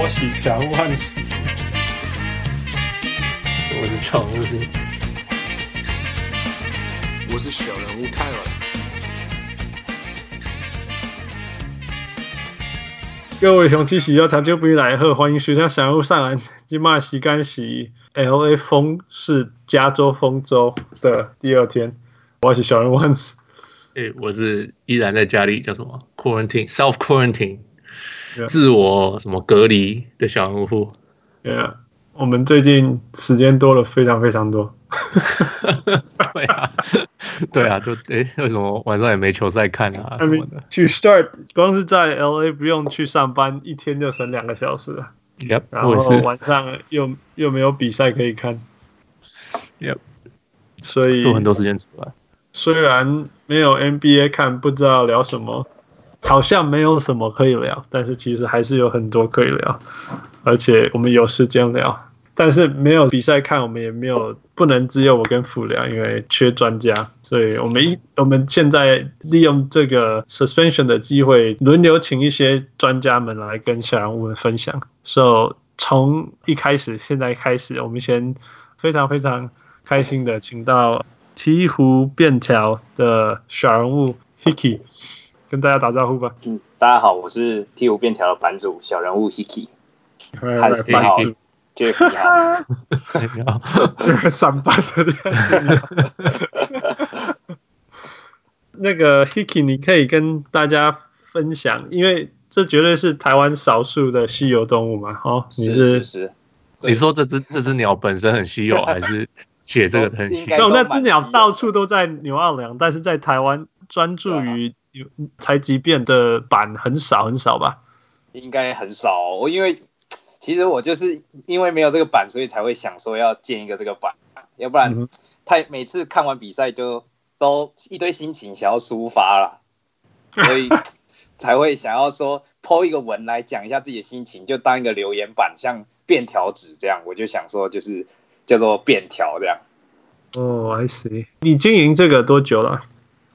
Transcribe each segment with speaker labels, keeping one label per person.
Speaker 1: 我喜祥万喜，
Speaker 2: 我是常务的。
Speaker 3: 我是小人物泰尔。
Speaker 2: 各位雄起喜要长久不来贺，欢迎徐家想入上岸。今晚洗干洗 L A 风是加州风州的第二天，我是小人万子。
Speaker 4: 哎、我是依然在家里叫什么 quarantine self quarantine
Speaker 2: Yeah.
Speaker 4: 自我什么隔离的小 人物，
Speaker 2: Yeah，我们最近时间多了非常非常多。
Speaker 4: 对啊，对啊，就哎、为什么晚上也没球赛看啊
Speaker 2: 还
Speaker 4: 什
Speaker 2: 没
Speaker 4: 么的
Speaker 2: to start，光是在 L A 不用去上班，一天就省两个小时了。
Speaker 4: ？Yep，
Speaker 2: 然
Speaker 4: 我
Speaker 2: 后
Speaker 4: 也是
Speaker 2: 晚上又又没有比赛可以看。
Speaker 4: Yep
Speaker 2: 所以
Speaker 4: 多很多时间出 来。
Speaker 2: 虽然没有 NBA 看，不知道聊什么，好像没有什么可以聊，但是其实还是有很多可以聊，而且我们有时间聊。但是没有比赛看，我们也没有不能只有我跟傅聊，因为缺专家，所以我们一我们现在利用这个 suspension 的机会，轮流请一些专家们来跟小人物们分享。So 从一开始，现在开始，我们先非常非常开心的请到鹈鹕便条的小人物 Hiki，跟大家打招呼吧。
Speaker 5: 嗯，大家好，我是 T 五便条的版主小人物 Hiki 嗨
Speaker 2: 来
Speaker 5: 你好 Jeff，你好。
Speaker 4: 你好，
Speaker 2: 上班的 样子。那个 Hiki，你可以跟大家分享，因为这绝对是台湾少数的稀有动物嘛。哦，你
Speaker 5: 是
Speaker 2: 是
Speaker 5: 是是，对
Speaker 4: 你说这只这只鸟本身很稀有，还是写这个很稀
Speaker 5: 应
Speaker 4: 有
Speaker 5: 该？
Speaker 2: 没有
Speaker 5: 都
Speaker 2: 那
Speaker 5: 蛮
Speaker 2: 只鸟到处都在纽奥良，但是在台湾专注于
Speaker 5: 啊
Speaker 2: 牛才疾变的版很少很少吧？
Speaker 5: 应该很少哦、我因为其实我就是因为没有这个版，所以才会想说要建一个这个版，要不然、
Speaker 2: 嗯哼
Speaker 5: 太每次看完比赛就都一堆心情想要抒发 啦，所以才会想要说剖一个文来讲一下自己的心情，就当一个留言板，像便条纸这样，我就想说就是叫做便条这样。
Speaker 2: 哦、i see。你经营这个多久了？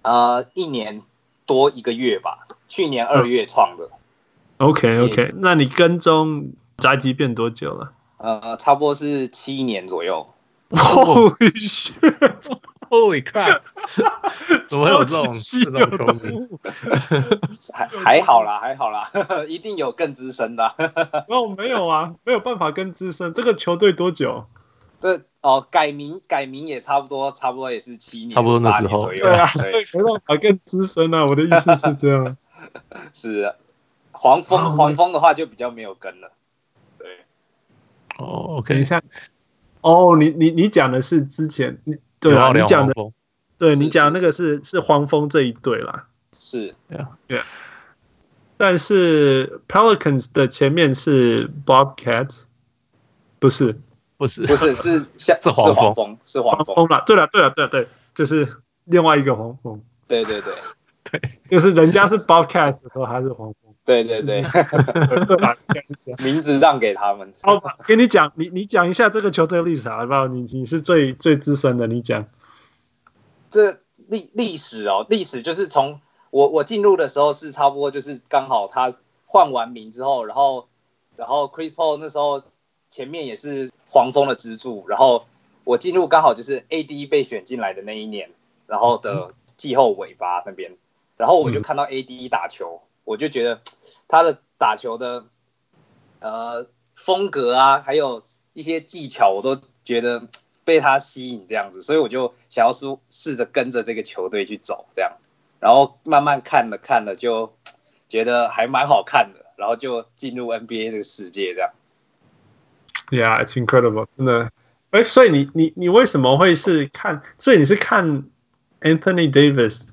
Speaker 5: 呃，一年多一个月吧，去年二月创的，
Speaker 2: OK OK，、那你跟踪宅急便多久 了
Speaker 5: 呃，差不多是七年左右。
Speaker 2: ？Holy shit！
Speaker 4: Holy crap！怎么会有这种
Speaker 2: 超级稀有
Speaker 4: 这种球迷？
Speaker 5: 还
Speaker 2: 嗯
Speaker 5: 还好啦，还好啦， 一定有更资深的啊、
Speaker 2: 哦，没有啊，没有办法跟资深。这个球队多久？
Speaker 5: 这哦，改名改名也差不多，差不多也是七年，
Speaker 4: 差不多那时候
Speaker 5: 八年左右。
Speaker 2: 对啊，所
Speaker 5: 对
Speaker 2: 以没办法跟资深啊。我的意思是这 样。
Speaker 5: 是黄
Speaker 2: 哦
Speaker 5: 蜂，黄蜂的话就比较没有跟了。对，
Speaker 2: 等
Speaker 4: 哦，OK，
Speaker 2: 一下，哦，你你你讲的是之前，你对啊，
Speaker 4: 纽奥
Speaker 2: 你
Speaker 4: 良
Speaker 2: 讲的
Speaker 4: 黄，蜂
Speaker 2: 对
Speaker 5: 是
Speaker 2: 你讲的那
Speaker 5: 是
Speaker 2: 个是是黄蜂这一队啦。
Speaker 5: 是
Speaker 2: 但是 Pelicans 的前面是 Bobcats，不是
Speaker 4: 不是
Speaker 5: 不是是像
Speaker 4: 是
Speaker 5: 是
Speaker 4: 黄蜂
Speaker 5: 黄蜂，是黄
Speaker 2: 黄
Speaker 5: 蜂
Speaker 2: 蜂。啦。对了对了对了对，就是另外一个黄蜂。
Speaker 5: 对对对
Speaker 2: 就是人家是 Bobcats 的时候，他是黄蜂，
Speaker 5: 对对 对，
Speaker 2: 对吧？应该是这样。
Speaker 5: 名字让给他们。
Speaker 2: 好吧，跟你讲，你你讲一下这个球队历史好不好？你你是最最资深的，你讲。
Speaker 5: 这历历史哦，历史就是从我我进入的时候是差不多就是刚好他换完名之后，然后然后 Chris Paul 那时候前面也是黄蜂的支柱，然后我进入刚好就是 AD 被选进来的那一年，然后的季后尾巴那边，然后我就看到 AD 打球，我就觉得他的打球的呃风格啊，还有一些技巧，我都觉得嗯被他吸引这样子，所以我就想要说试着跟着这个球队去走这样，然后慢慢看了看了就嗯觉得还蛮好看的，然后就进入 NBA 这个世界这样。
Speaker 2: Yeah, it's incredible，真的。哎，所以你你你为什么会是看？所以你是看 Anthony Davis，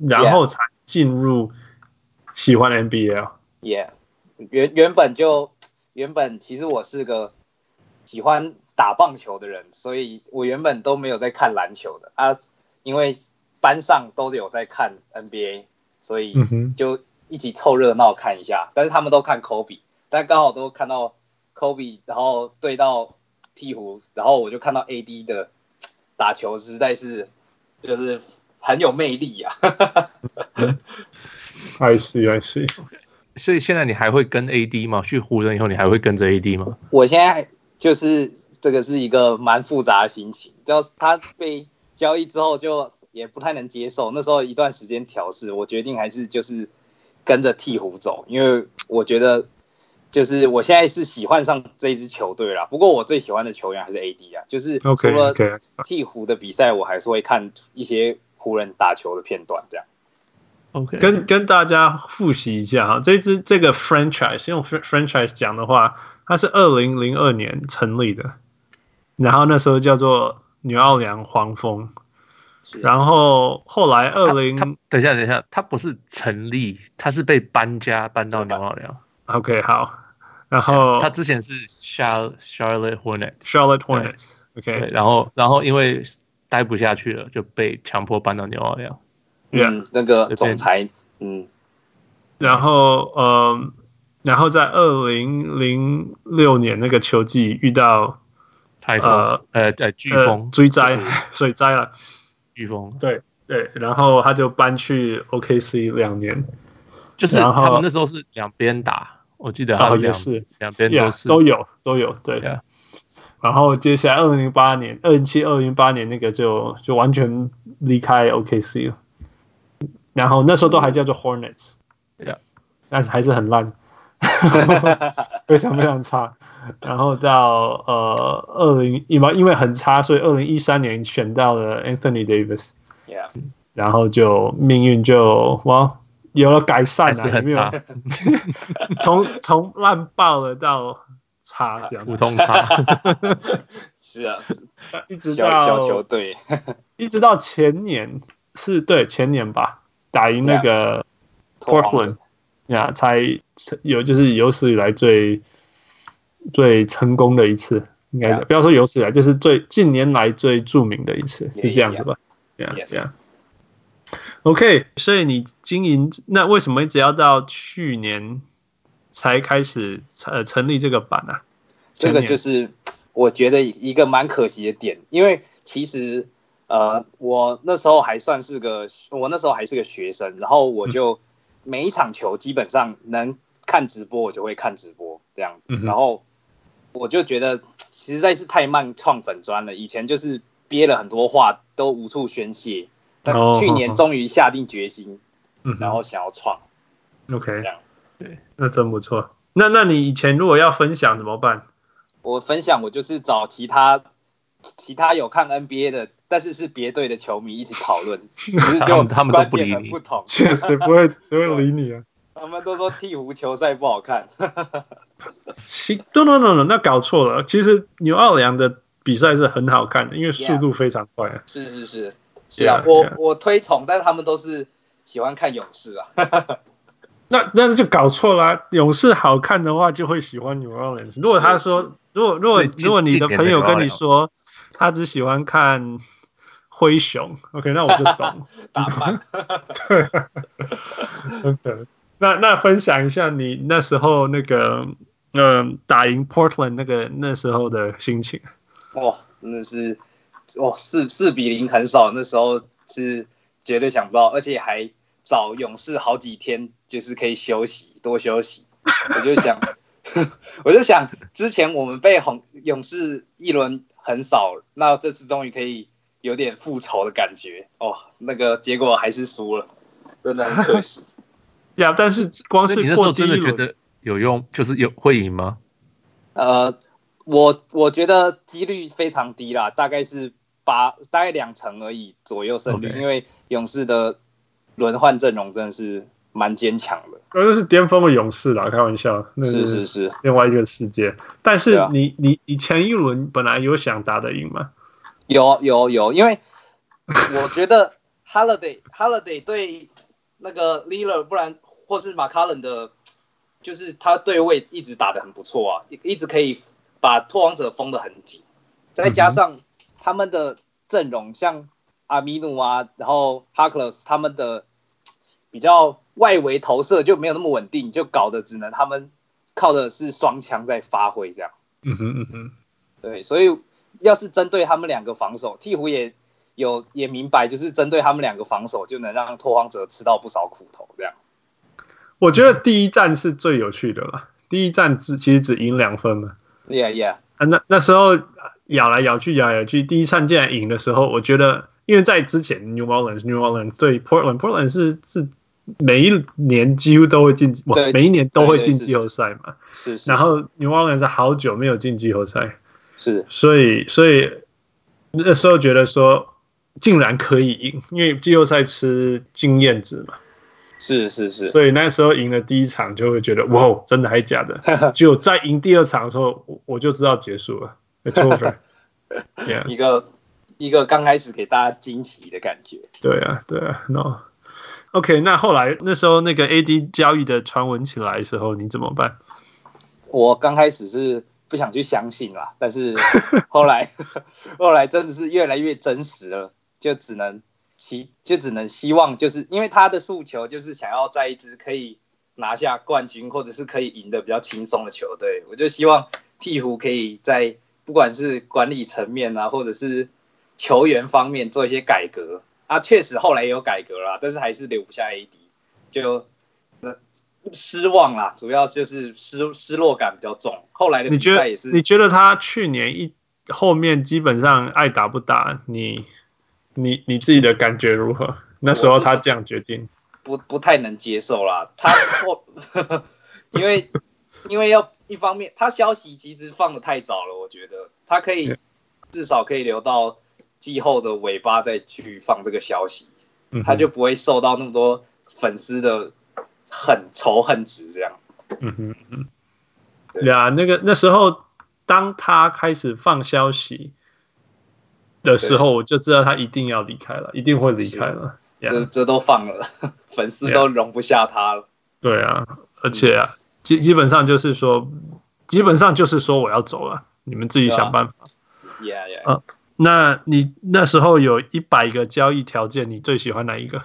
Speaker 2: 然后才进入喜欢 NBA 啊？
Speaker 5: 也、原原本就原本其实我是个喜欢打棒球的人，所以我原本都没有在看篮球的啊，因为班上都有在看 NBA，所以
Speaker 2: 嗯哼，
Speaker 5: 就一起凑热闹看一下。但是他们都看 Kobe，但刚好都看到 Kobe，然后对到鹈鹕，然后我就看到 AD 的打球实在是就是很有魅力啊。
Speaker 2: I see, I see.
Speaker 4: 所以现在你还会跟 AD 吗？去湖人以后你还会跟着 AD 吗？
Speaker 5: 我现在就是这个是一个蛮复杂的心情，要是他被交易之后就也不太能接受，那时候一段时间调试，我决定还是就是跟着鹈鹕走，因为我觉得就是我现在是喜欢上这一支球队啦。不过我最喜欢的球员还是 AD 啊，就是除
Speaker 2: OK
Speaker 5: 了
Speaker 2: OK，
Speaker 5: 鹈鹕的比赛，我还是会看一些湖人打球的片段这样。
Speaker 4: OK，
Speaker 2: 跟跟大家复习一下哈，这支这个 franchise 用 fr- franchise 讲的话，它是二零零二年成立的，然后那时候叫做纽奥良黄蜂，
Speaker 5: 是
Speaker 2: 然后后来二
Speaker 4: 他
Speaker 2: 零
Speaker 4: 他等一下，等一下，他不是成立，他是被搬家搬到纽奥良。
Speaker 2: OK 好，然后
Speaker 4: 他之前是 Char Charlotte Hornet，
Speaker 2: Charlotte Hornets
Speaker 4: 对，
Speaker 2: OK
Speaker 4: 然后然后因为待不下去了，就被强迫搬到纽奥良。
Speaker 2: yeah，
Speaker 5: 嗯，那个总裁，嗯，
Speaker 2: 然后嗯，然后在二零零六年那个球季遇到
Speaker 4: 台风，
Speaker 2: 呃
Speaker 4: 呃呃，飓
Speaker 2: 呃
Speaker 4: 风，
Speaker 2: 追灾
Speaker 5: 就是
Speaker 2: 水灾了。
Speaker 4: 飓风，
Speaker 2: 对，然后他就搬去 OKC 两年，
Speaker 4: 就是
Speaker 2: 然后
Speaker 4: 他们那时候是两边打，我记得他
Speaker 2: 哦，
Speaker 4: 们两
Speaker 2: 也是
Speaker 4: 两边都
Speaker 2: Yeah，
Speaker 4: 是
Speaker 2: 都有都有对。
Speaker 4: Yeah
Speaker 2: 然后接下来二零零八年、二零七、二零八年那个就就完全离开 OKC 了，然后那时候都还叫做 Hornets，、
Speaker 4: Yeah
Speaker 2: 但是还是很 烂，非常非常差。然后到呃二零因为因为很差，所以二零一三年选到了 Anthony Davis，
Speaker 5: yeah，
Speaker 2: 然后就命运就哇有了改善啊，
Speaker 4: 还是
Speaker 2: 有
Speaker 4: 很
Speaker 2: 没有
Speaker 4: 差，
Speaker 2: 从从烂爆了到差这样子
Speaker 4: 普，通差。
Speaker 5: 是啊，
Speaker 2: 一直
Speaker 5: 小小
Speaker 2: 到
Speaker 5: 球队，
Speaker 2: 一直到前年是对前年吧，打赢那
Speaker 5: 啊
Speaker 2: 个 Portland 呀、才有就是有史以来最最成功的一次，应该是
Speaker 5: Yeah.
Speaker 2: 不要说有史以来，就是最近年来最著名的一次，
Speaker 5: Yeah,
Speaker 2: 是这样子吧？这
Speaker 5: yeah.
Speaker 2: 样
Speaker 5: Yes.
Speaker 2: 这样。OK，所以你经营那为什么一直要到去年才开始呃成立这个版啊？
Speaker 5: 这个
Speaker 2: 前年
Speaker 5: 就是我觉得一个蛮可惜的点，因为其实呃，我那时候还算是个，我那时候还是个学生，然后
Speaker 2: 嗯
Speaker 5: 我就每一场球基本上能看直播，我就会看直播这样子
Speaker 2: 嗯，哼
Speaker 5: 然后我就觉得实在是太慢创粉砖了，以前就是憋了很多话都无处宣泄，但
Speaker 2: 哦
Speaker 5: 去 年终于下定决心，
Speaker 2: 嗯哼
Speaker 5: 然后想要创，
Speaker 2: OK，
Speaker 5: 这样
Speaker 4: 对，
Speaker 2: 那真不错。那那你以前如果要分享怎么办？
Speaker 5: 我分享，我就是找其他其他有看 NBA 的，但是是别队的球迷一起讨 论，只是
Speaker 4: 他
Speaker 5: 就
Speaker 4: 们他们都
Speaker 5: 观
Speaker 4: 不理你
Speaker 5: 点很不同，
Speaker 2: 确实不会，谁会理你啊？
Speaker 5: 他们都说鹈鹕球赛不好看，
Speaker 2: 其 no no no no，那搞错了。其实纽奥良的比赛是很好看的，因为速度非常快啊。
Speaker 5: 是是是是啊
Speaker 2: Yeah,
Speaker 5: 我
Speaker 2: yeah.
Speaker 5: 我推崇，但是他们都是喜欢看勇士啊，
Speaker 2: 那那就搞错啦、勇士好看的话，就会喜欢纽奥良。如果他
Speaker 5: 是
Speaker 2: 说，如果如果
Speaker 4: 最近
Speaker 2: 如果你的朋友跟
Speaker 4: 近年的纽奥
Speaker 2: 你
Speaker 4: 良
Speaker 2: 说，他只喜欢看灰熊，OK，那我就懂。
Speaker 5: 打扮
Speaker 2: 对， 真的。那那分享一下你那时候那个嗯、打赢 Portland 那个那时候的心情。
Speaker 5: 哇，真的是哇四四比零很少，那时候是绝对想不到，而且还找勇士好几天，就是可以休息多休息。我就想， 我就想，之前我们被红勇士一轮横扫，那这次终于可以有点复仇的感觉哦。那个结果还是输了，真的很可惜。
Speaker 2: 呀、但是光
Speaker 4: 所以
Speaker 2: 是
Speaker 4: 你那时
Speaker 2: 过
Speaker 4: 候
Speaker 2: 第一
Speaker 4: 真的
Speaker 2: 轮，
Speaker 4: 觉得有用，就是有会赢吗？
Speaker 5: 呃，我我觉得几率非常低啦，大概是八，大概两成而已左右胜率
Speaker 2: OK
Speaker 5: 因为勇士的轮换阵容真的是蛮坚强的。
Speaker 2: 呃那是巅峰的勇士啦，开玩笑，那
Speaker 5: 是是是，
Speaker 2: 另外一个世界。但是
Speaker 5: 对啊
Speaker 2: 你、你你前一轮本来有想打得赢吗？
Speaker 5: 有有有，因为我觉得 Holiday Holiday 对那个 l i l a r 不然或是 m c c a l l u m 的，就是他对位一直打得很不错啊，一一直可以把拓王者封得很紧，再加上他们的阵容，像阿米努啊，然后 h a k l e s 他们的比较外围投射就没有那么稳定，就搞得只能他们靠的是双枪在发挥这样。
Speaker 2: 嗯哼嗯哼，
Speaker 5: 对，所以要是针对他们两个防守，鹈鹕也有也明白，就是针对他们两个防守，就能让拓荒者吃到不少苦头。这样
Speaker 2: 我觉得第一站是最有趣的了。第一站只其实只赢两分嘛，
Speaker 5: Yeah, yeah，
Speaker 2: 啊，那那时候咬来咬去，咬来咬去，第一站竟然赢的时候，我觉得，因为在之前 New Orleans New Orleans 对 Portland Portland 是是每一年几乎都会进，哇
Speaker 5: 对
Speaker 2: 每一年都会
Speaker 5: 对对
Speaker 2: 进
Speaker 5: 是
Speaker 2: 季后赛嘛。
Speaker 5: 是是。
Speaker 2: 然后 New Orleans 好久没有进季后赛，
Speaker 5: 是
Speaker 2: 所以所以那时候觉得说，竟然可以赢，因为季后赛吃经验值嘛。
Speaker 5: 是是是，
Speaker 2: 所以那时候赢了第一场，就会觉得哇，哦真的还假的？就再赢第二场的时候，我我就知道结束了，it's over。yeah，
Speaker 5: 一个一个刚开始给大家惊奇的感觉。
Speaker 2: 对啊，对啊，no。OK，那后来那时候那个 AD 交易的传闻起来的时候，你怎么办？
Speaker 5: 我刚开始是不想去相信啦，但 是后来 后来真的是越来越真实了，就只能期就只能希望，就是因为他的诉求就是想要在一支可以拿下冠军或者是可以赢得比较轻松的球队，我就希望鹈鹕可以在不管是管理层面啊，或者是球员方面做一些改革啊，确实后来也有改革啦，但是还是留不下 AD，就失望啦，主要就是失失落感比较重。后来的
Speaker 2: 你
Speaker 5: 比
Speaker 2: 觉
Speaker 5: 赛
Speaker 2: 得
Speaker 5: 也是
Speaker 2: 你觉得他去年一后面基本上爱打不打，你你你自己的感觉如何？那时候他这样决定，
Speaker 5: 不不太能接受啦。他我 因为因为要一方面，他消息其实放的太早了，我觉得他可以
Speaker 2: Yeah.
Speaker 5: 至少可以留到季后的尾巴再去放这个消息，
Speaker 2: 嗯哼
Speaker 5: 他就不会受到那么多粉丝的很仇恨值这样。
Speaker 2: 嗯哼，嗯
Speaker 5: 对
Speaker 2: 呀，那个那时候，当他开始放消息的时候，我就知道他一定要离开了，一定会离开了。呀
Speaker 5: 这这都放了， 粉丝都容不下他了。
Speaker 2: 对啊，而且
Speaker 5: 嗯
Speaker 2: 啊基、基本上就是说，基本上就是说我要走了，你们自己
Speaker 5: 对啊
Speaker 2: 想办法。
Speaker 5: Yeah, yeah.
Speaker 2: 那你那时候有一百个交易条件，你最喜欢哪一个？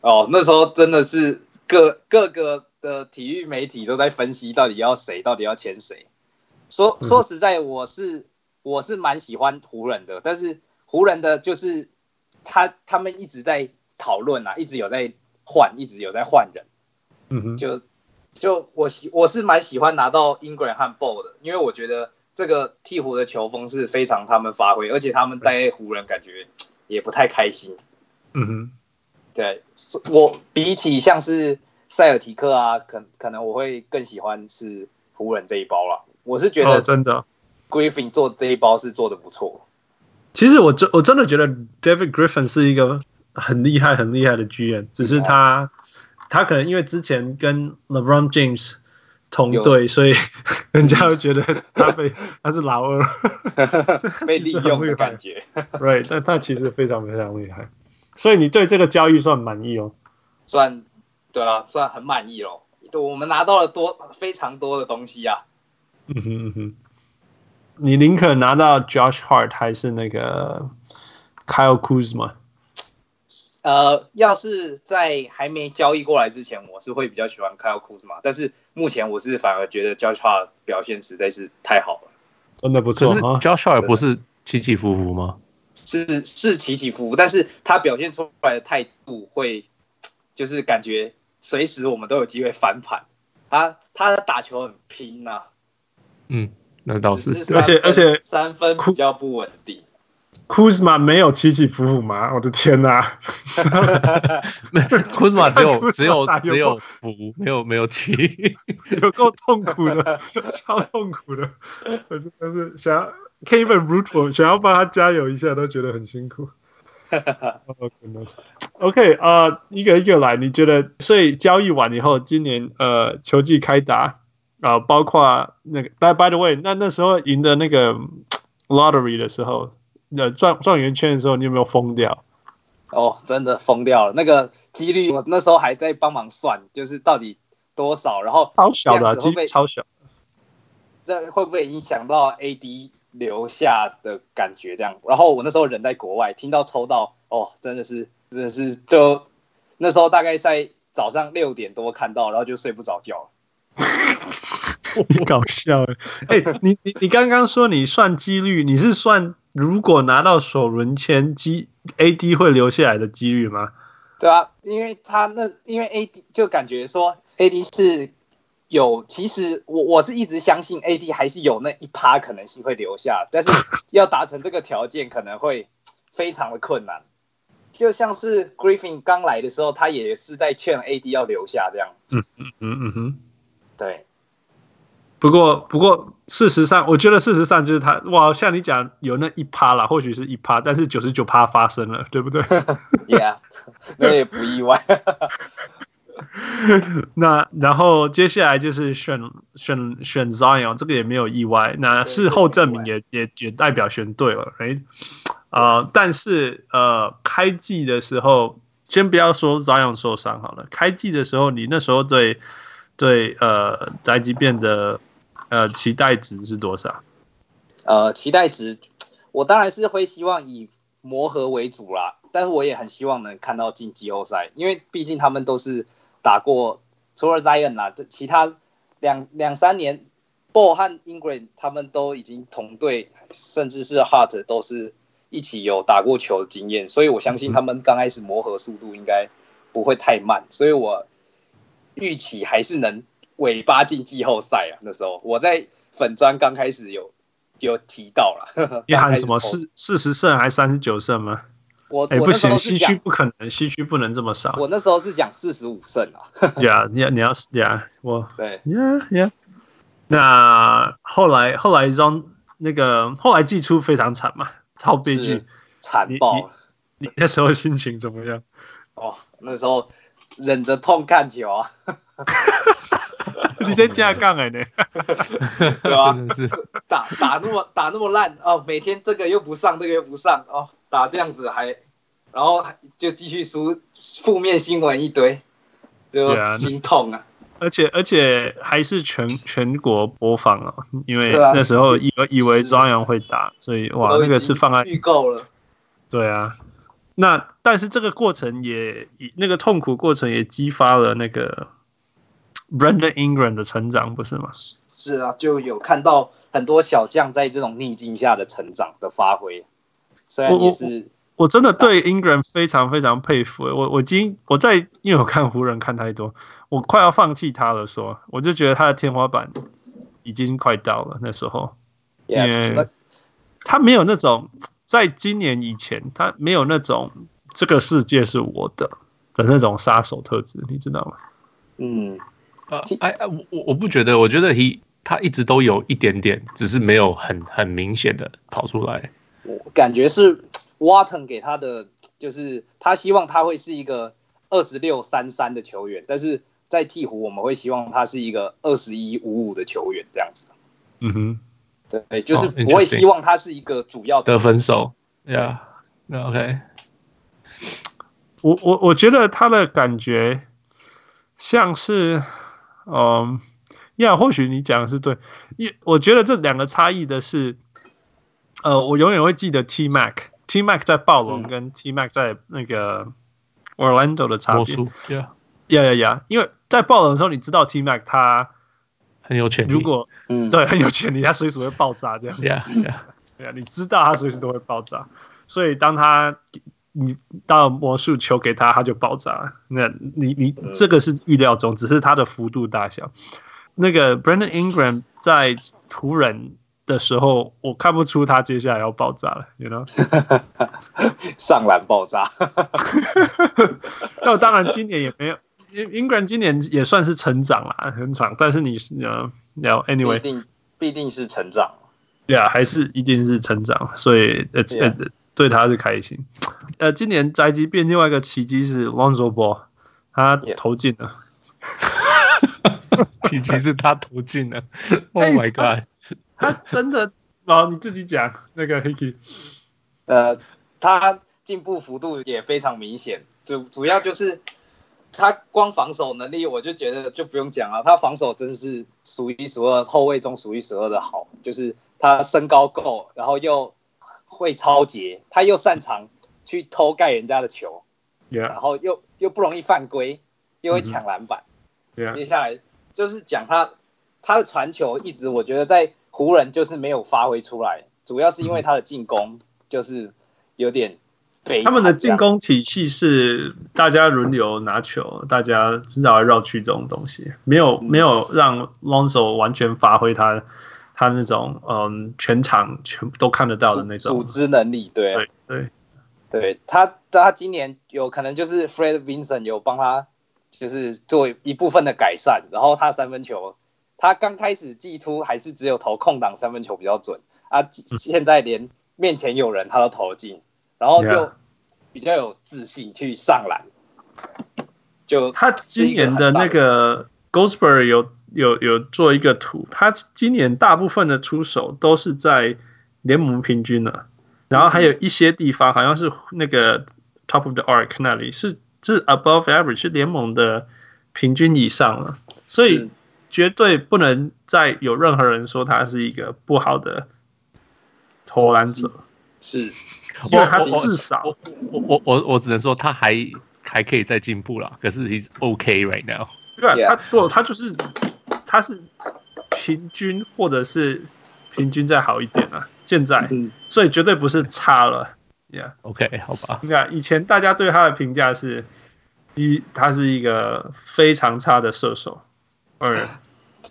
Speaker 5: 哦，那时候真的是各各个的体育媒体都在分析到底要谁，到底要签谁。说
Speaker 2: 嗯
Speaker 5: 说实在，我是我是蛮喜欢湖人的，但是湖人的就是他他们一直在讨论啊，一直有在换，一直有在换人。
Speaker 2: 嗯哼，
Speaker 5: 就就我喜我是蛮喜欢拿到 Ingram 和 Ball 的，因为我觉得这个鹈鹕的球风是非常他们发挥，而且他们带湖人感觉也不太开心。
Speaker 2: 嗯哼，
Speaker 5: 对，所我比起像是塞尔提克啊，可可能我会更喜欢是湖人这一包啦。我是觉
Speaker 2: 哦，
Speaker 5: 得
Speaker 2: 真的，
Speaker 5: Griffin 做这一包是做的 不错，
Speaker 2: 其实我真我真的觉得 David Griffin 是一个很厉害很厉害的 GM，只是他他可能因为之前跟 LeBron James 同队，所以人家会觉得他 被他是老二
Speaker 5: 被利用的感
Speaker 2: 啊
Speaker 5: 觉。
Speaker 2: ，right？但他其实非常非常厉害，所以你对这个交易算满意哦。
Speaker 5: 算对啊，算很满意咯。对，我们拿到了多非常多的东西啊。
Speaker 2: 嗯哼嗯哼，你宁可拿到 Josh Hart 还是那个 Kyle Kuzma？
Speaker 5: 呃，要是在还没交易过来之前，我是会比较喜欢 Kyle Kuzma，但是目前我是反而觉得 Josh Hart 表现实在是太好了。
Speaker 2: 真的不
Speaker 4: 可
Speaker 2: 错
Speaker 4: 是
Speaker 2: 啊！
Speaker 4: Joshua 也不是起起伏伏吗？
Speaker 5: 是是起起伏伏，但是他表现出来的态度会，就是感觉随时我们都有机会翻盘。他他打球很拼呐、
Speaker 4: 嗯，那倒是
Speaker 5: 只是三
Speaker 2: 哦而且
Speaker 5: 分
Speaker 2: 而且
Speaker 5: 三分比较不稳定。
Speaker 2: Kuzma 没有起起伏伏吗？我的天哪、
Speaker 4: Kuzma 只有
Speaker 2: Kuzma
Speaker 4: 只有
Speaker 2: 打有
Speaker 4: 只有伏，没有没有起。
Speaker 2: 有够痛苦的，超痛苦的，我真的是想要 Kevin root for，想要帮他加油一下，都觉得很辛苦。哦，真的是 OK 啊、呃一个一个来，你觉得？所以交易完以后，今年呃球季开打啊、呃包括那个，by by the way，那那时候赢的那个嗯 lottery 的时候，呃状状元圈的时候，你有没有疯掉？
Speaker 5: 哦，真的疯掉了，那个几率我那时候还在帮忙算，就是到底多少，然后
Speaker 2: 超小的、啊，
Speaker 5: 这
Speaker 2: 几
Speaker 5: 样子会不
Speaker 2: 率
Speaker 5: 会
Speaker 2: 超小。
Speaker 5: 这会不会影响到 AD 留下的感觉？这样，然后我那时候人在国外，听到抽到，哦，真的是，真的是，就那时候大概在早上六点多看到，然后就睡不着觉。
Speaker 2: 搞笑哎、欸，你你你刚刚说你算几率，你是算如果拿到首轮签，机 AD 会留下来的几率吗？
Speaker 5: 对啊，因为他那因为 AD 就感觉说 AD 是有，其实我我是一直相信 AD 还是有那一趴可能性会留下，但是要达成这个条件可能会非常的困难。就像是 Griffin 刚来的时候，他也是在劝 AD 要留下这样。
Speaker 2: 嗯嗯哼。
Speaker 5: 对，
Speaker 2: 不过，不过，事实上，我觉得事实上就是他，哇，像你讲有那一趴啦，或许是一趴，但是九十九趴发生了，对不对？
Speaker 5: Yeah，那也不意外。
Speaker 2: 那然后接下来就是选选选 Zion，这个也没有意外，那事后证明也也也代表选对了，right？呃，但是呃，开季的时候，先不要说 Zion 受伤好了，开季的时候，你那时候对对呃宅急便的呃期待值是多少？
Speaker 5: 呃，期待值，我当然是会希望以磨合为主啦，但是我也很希望能看到进季后赛，因为毕竟他们都是打过，除了 Zion 啦，这其他两两三年，Ball 和 Ingram 他们都已经同队，甚至是 Hart 都是一起有打过球的经验，所以我相
Speaker 2: 嗯
Speaker 5: 信他们刚开始磨合速度应该不会太慢，所以我预期还是能尾巴进季后赛啊。那时候我在粉砖刚开始有。有提到了，
Speaker 2: 你喊什么
Speaker 5: 事？
Speaker 2: 四四十胜还三十九胜吗？
Speaker 5: 我
Speaker 2: 哎、
Speaker 5: 我
Speaker 2: 不
Speaker 5: 那时
Speaker 2: 行，
Speaker 5: 候
Speaker 2: 西
Speaker 5: 是
Speaker 2: 区
Speaker 5: 讲，
Speaker 2: 不可能，西区不能这么少。
Speaker 5: 我那时候是讲四十五胜啊，
Speaker 2: 呀，你要你要呀，我
Speaker 5: 对，
Speaker 2: 呀呀。那后来后来让那个后来季初非常惨嘛，超悲剧
Speaker 5: 是。惨爆了
Speaker 2: 你那时候心情怎么 样？
Speaker 5: 哦！那时候忍着痛看 球啊，
Speaker 2: 你在架杠哎呢？
Speaker 5: 对吧、
Speaker 4: 真的是
Speaker 5: 打打那么打那么烂哦，每天这个又不上，这个又不上哦，打这样子还，然后就继续输，负面新闻一堆，就
Speaker 2: 对啊
Speaker 5: 心痛啊。
Speaker 2: 而且而且还是全全国播放哦，因为
Speaker 5: 对啊
Speaker 2: 那时候以为以为
Speaker 5: 是
Speaker 2: 张扬会打，所以哇，
Speaker 5: 都已
Speaker 2: 那个
Speaker 5: 经
Speaker 2: 是放在
Speaker 5: 预购了，
Speaker 2: 对啊，那但是这个过程也那个痛苦过程也激发了那个 Brandon Ingram 的成长，不是吗？
Speaker 5: 是啊，就有看到很多小将在这种逆境下的成长的发挥，虽然
Speaker 2: 我
Speaker 5: 也
Speaker 2: 我
Speaker 5: 是
Speaker 2: 我真的对 Ingram 非常非常佩服。欸我我今我在因为我看湖人看太多，我快要放弃他了说我就觉得他的天花板已经快到了。那时候
Speaker 5: 也
Speaker 2: 因为
Speaker 5: 那
Speaker 2: 他没有那种在今年以前他没有那种这个世界是我的的那种杀手特质，你知道吗？
Speaker 5: 嗯。
Speaker 4: 呃
Speaker 5: 其，
Speaker 4: 哎哎，我我我不觉得，我觉得 he 他一直都有一点点，只是没有很很明显的跑出来。
Speaker 5: 我感觉是 Watton 给他的，就是他希望他会是一个二十六三三的球员，但是在鹈鹕我们会希望他是一个二十一五五的球员这样子。
Speaker 2: 嗯哼，
Speaker 5: 对，就是
Speaker 4: 哦
Speaker 5: 不会
Speaker 4: interesting
Speaker 5: 希望他是一个主要
Speaker 4: 得分手，Yeah，那 OK，
Speaker 2: 我我我觉得他的感觉像是，嗯，呀，或许你讲的是对，因我觉得这两个差异的是，呃，我永远会记得 T Mac，T Mac 在暴龙
Speaker 5: 嗯
Speaker 2: 跟 T Mac 在那个 Orlando 的差
Speaker 4: 魔
Speaker 2: 别，
Speaker 4: 术，Yeah，
Speaker 2: 呀呀呀，因为在暴龙的时候，你知道 T Mac 他
Speaker 4: 很有潜力。
Speaker 2: 如果
Speaker 5: 嗯，
Speaker 2: 对很有潜力，他随时会爆炸这样。
Speaker 4: ，Yeah，Yeah，
Speaker 2: 对啊，你知道他随时都会爆炸，所以当他你到魔术球给他，他就爆炸了。那你你这个是预料中，只是它的幅度大小。那个 Brandon Ingram 在湖人的时候，我看不出他接下来要爆炸了，you know？
Speaker 5: 上篮爆炸，
Speaker 2: 那当然今年也没有，In- Ingram 今年也算是成长啦，很长，但是你呃，要
Speaker 5: 必
Speaker 2: anyway，
Speaker 5: 定必定是成长。
Speaker 2: 对啊，还是一定是成长，所以呃
Speaker 5: Yeah.
Speaker 2: 呃对他是开心。呃，今年宅急便另外一个奇迹是 Lonzo Ball，他
Speaker 5: Yeah.
Speaker 2: 投进了。
Speaker 4: 其实是他投进了。Oh
Speaker 2: 哎
Speaker 4: my God，
Speaker 2: 他真的， 好，你自己讲那个 Hickey，
Speaker 5: 呃，他进步幅度也非常明显，主主要就是他光防守能力，我就觉得就不用讲了，他防守真是数一数二，后卫中数一数二的好，就是他身高够，然后又会超节，他又擅长去偷盖人家的球，然
Speaker 2: yeah
Speaker 5: 后又又不容易犯规，又会抢篮板。
Speaker 2: yeah，
Speaker 5: 接下来就是讲他他的传球一直我觉得在
Speaker 2: 嗯
Speaker 5: 湖人就是没有发挥出来，主要是因为他的进攻就是有点北
Speaker 2: 他们的进
Speaker 5: 攻。
Speaker 2: 攻体系是大家轮流拿球，大家绕来绕去这种东西，没
Speaker 5: 嗯
Speaker 2: 有没有让 Lonzo 完全发挥他他那种嗯全场全都看得到的那
Speaker 5: 组
Speaker 2: 种。
Speaker 5: 织能力，对
Speaker 2: 对对，
Speaker 5: 对他他今年有可能就是 Fred Vincent 有帮他就是做一部分的改善，然后他三分球，他刚开始季初还是只有投空档三分球比较准啊，
Speaker 2: 嗯
Speaker 5: 现在连面前有人他都投进，然后就
Speaker 2: Yeah
Speaker 5: 比较有自信去上篮，就
Speaker 2: 他今年的那个 Goldsberry 有有有做一个图，他今年大部分的出手都是在联盟平均的，然后还有一些地方好像是那个 Top of the Arc 那里是是 Above Average 是联盟的平均以上了，所
Speaker 5: 是
Speaker 2: 以绝对不能再有任何人说他是一个不好的投篮者，
Speaker 5: 是
Speaker 2: 因为
Speaker 4: 我
Speaker 2: 他
Speaker 4: 我
Speaker 2: 至少
Speaker 4: 我我我我我只能说他还还可以再进步啦，可是 he's OK right now。
Speaker 2: 对啊，
Speaker 5: Yeah
Speaker 2: 他做他就是他是平均或者是平均再好一点啊，现在
Speaker 5: 嗯
Speaker 2: 所以绝对不是差了，Yeah，
Speaker 4: OK，好吧，
Speaker 2: 你看以前大家对他的评价是一，他是一个非常差的射手，二，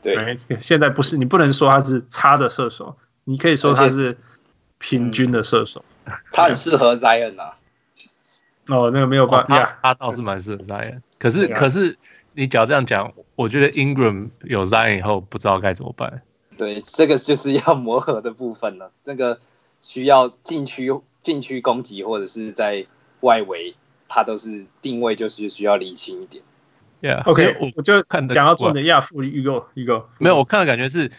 Speaker 5: 对
Speaker 2: 哎现在不是，你不能说他是差的射手，你可以说他是平均的射手。
Speaker 5: 他很适合 Zion 啊，
Speaker 2: 哦，那个没有
Speaker 4: 哦
Speaker 2: 办法
Speaker 4: 他
Speaker 2: ，Yeah，
Speaker 4: 他倒是蛮适合 Zion，可是
Speaker 2: 对啊
Speaker 4: 可是你只要这样讲，我觉得 Ingram 有 Zion 以后不知道该怎么办。
Speaker 5: 对，这个就是要 磨合的部分了。这个需要禁区禁区攻击或者是在外围，它都是定位就是需要理清一点。
Speaker 2: OK，嗯
Speaker 4: Yeah，OK，
Speaker 2: 我就
Speaker 4: 看得
Speaker 2: 讲到
Speaker 4: 出来
Speaker 2: 重点，亚富预购预购
Speaker 4: 没有，我看的感觉是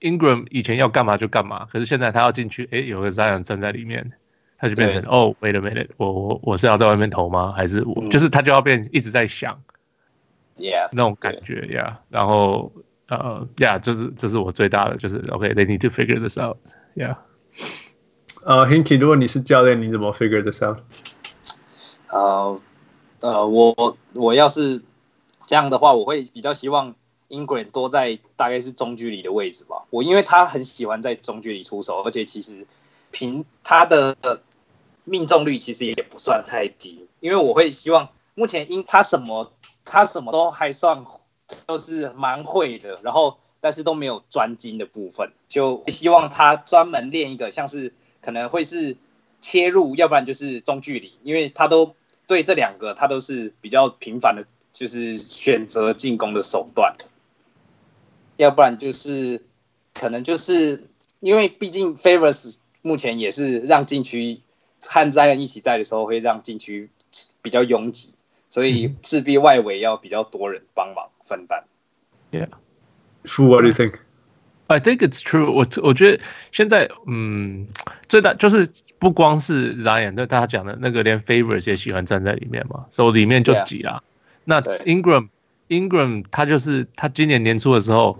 Speaker 4: Ingram 以前要干嘛就干嘛，可是现在他要进去，诶，有个 Zion 站在里面，他就变成哦，wait a minute，我我我是要在外面投吗？还是我、
Speaker 5: 嗯
Speaker 4: 就是他就要变一直在想
Speaker 5: Yeah，
Speaker 4: 那种感觉呀然后呃呀，这是这是我最大的就是 OK，they、need to figure this out。Yeah，
Speaker 2: 呃，Hinky，如果你是教练，你怎么 figure this out？
Speaker 5: 呃呃，我我我要是这样的话，我会比较希望 Ingram 多在大概是中距离的位置吧。我因为他很喜欢在中距离出手，而且其实凭他的命中率其实也不算太低，因为我会希望目前因他什么他什么都还算都是蛮会的，然后但是都没有专精的部分，就希望他专门练一个像是可能会是切入，要不然就是中距离，因为他都对这两个他都是比较频繁的，就是选择进攻的手段，要不然就是可能就是因为毕竟 Favors 目前也是让禁区和 Zion 一起在的时候会让禁区比较拥挤，所以势必外围要比较多人帮忙分担。
Speaker 2: Fu, what do you think？
Speaker 4: I think it's true 我。我觉得现在，嗯，最大就是不光是 Zion，那大家讲的那个，连 Favors 也喜欢站在里面嘛，所以里面就
Speaker 5: Yeah
Speaker 4: 挤啦。那
Speaker 5: 对
Speaker 4: Ingram Ingram 他就是他今年年初的时候，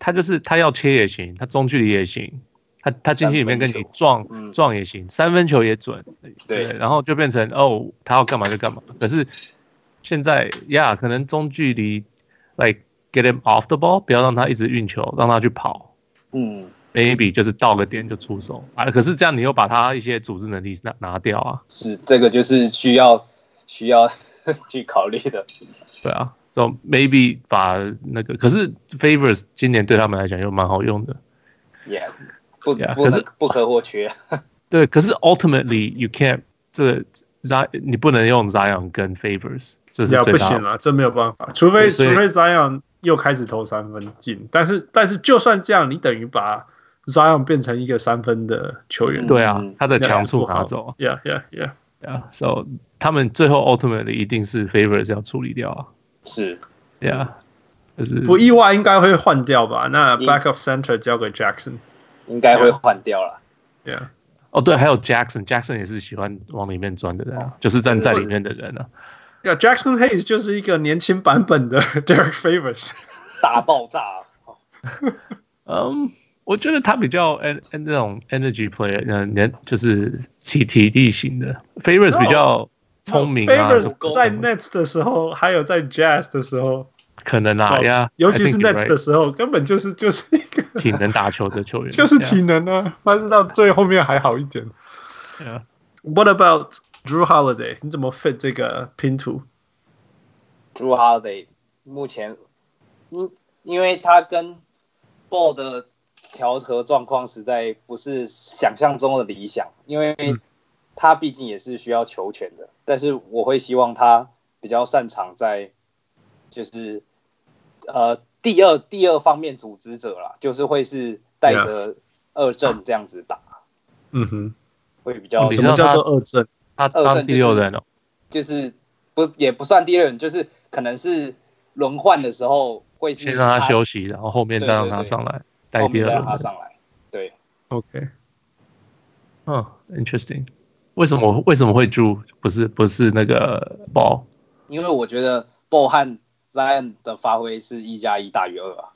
Speaker 4: 他就是他要切也行，他中距离也行，他他禁区里面跟
Speaker 5: 三
Speaker 4: 你
Speaker 5: 分球
Speaker 4: 撞
Speaker 5: 嗯
Speaker 4: 撞也行，三分球也准，
Speaker 5: 对
Speaker 4: 然后就变成哦，他要干嘛就干嘛。可是现在呀可能中距离，like get him off the ball，不要让他一直运球，让他去跑
Speaker 5: 嗯，
Speaker 4: ，maybe 就是到个点就出手啊。可是这样你又把他一些组织能力拿拿掉啊，
Speaker 5: 是这个就是需要需要 去考虑的。
Speaker 4: 对啊。So maybe 把那个，可是 Favors 今年对他们来讲又蛮好用的，
Speaker 5: Yeah，不
Speaker 4: Yeah，
Speaker 5: 不
Speaker 4: 可
Speaker 5: 能
Speaker 4: 是
Speaker 5: 不可或 缺。
Speaker 4: 对。可是 ultimately you can't 这个 Zion 你不能用 Zion 跟 Favors，这是
Speaker 2: 呀，
Speaker 4: 最
Speaker 2: 不
Speaker 4: 大的
Speaker 2: 行了，这没有办法，除非除
Speaker 4: 所以
Speaker 2: 非 Zion 又开始投三分进，但是但是就算这样，你等于把 Zion 变成一个三分的球员，
Speaker 4: 对啊
Speaker 5: 嗯，
Speaker 4: 他的
Speaker 2: 那
Speaker 4: 强处
Speaker 2: 不好
Speaker 4: 拿走啊。
Speaker 2: ，Yeah Yeah Yeah，
Speaker 4: Yeah, so 他们最后 ultimately 一定是 favors 要处理掉啊。
Speaker 5: 是
Speaker 4: Yeah，就是
Speaker 2: 不意外应该会换掉吧？那
Speaker 5: 嗯
Speaker 2: backup center 交给 Jackson，Yeah，
Speaker 5: 应该会换掉了。
Speaker 4: 哦对，还有 Jackson，Jackson 也是喜欢往里面钻的人啊，就是站在里面的人啊。
Speaker 2: 呀，Jackson Hayes 就是一个年轻版本的 Derek Favors，
Speaker 5: 大爆炸，哦
Speaker 4: 嗯，我觉得他比较 en 那种 energy player，嗯，连就是起体力型的 favors
Speaker 2: No
Speaker 4: 比较聪明啊，什么
Speaker 2: Favors 在 Nets 的时候，还有在 Jazz 的时候，
Speaker 4: 可能啊
Speaker 2: 哦
Speaker 4: 呀，
Speaker 2: 尤其是
Speaker 4: I think you're
Speaker 2: Nets 的时候，根本就是就是一 个
Speaker 4: right，挺能打球的球员，啊
Speaker 2: 就是
Speaker 4: Yeah，
Speaker 2: 体能啊，但是到最后面还好一点。
Speaker 4: yeah
Speaker 2: What about Drew Holiday？你怎么 fit 这个拼图？
Speaker 5: Drew Holiday 目前因因为他跟 Ball 的调和状况实在不是想象中的理想，因为
Speaker 4: 嗯
Speaker 5: 他毕竟也是需要球权的，但是我会希望他比较擅长在就是呃第二第二方面组织者啦，就是会是带着二阵这样子打，
Speaker 2: 嗯哼，
Speaker 5: 会比较
Speaker 4: 你
Speaker 2: 哦什
Speaker 4: 知道
Speaker 2: 么叫
Speaker 4: 他
Speaker 2: 做二阵？
Speaker 4: 他
Speaker 5: 二
Speaker 4: 当
Speaker 5: 阵
Speaker 4: 第
Speaker 5: 就是
Speaker 4: 六人哦，
Speaker 5: 就是不也不算第二人，就是可能是轮换的时候会是
Speaker 4: 先让他休
Speaker 5: 嗯
Speaker 4: 息，然后后面再让他上来带
Speaker 5: 后
Speaker 4: 第
Speaker 5: 面再
Speaker 4: 二
Speaker 5: 让
Speaker 4: 轮
Speaker 5: 他。上来。对，
Speaker 2: OK，
Speaker 4: 嗯，interesting。为什么为什么会住？不是不是那个 ball？
Speaker 5: 因为我觉得 b o 和 Zion 的发挥是一加一大于二啊。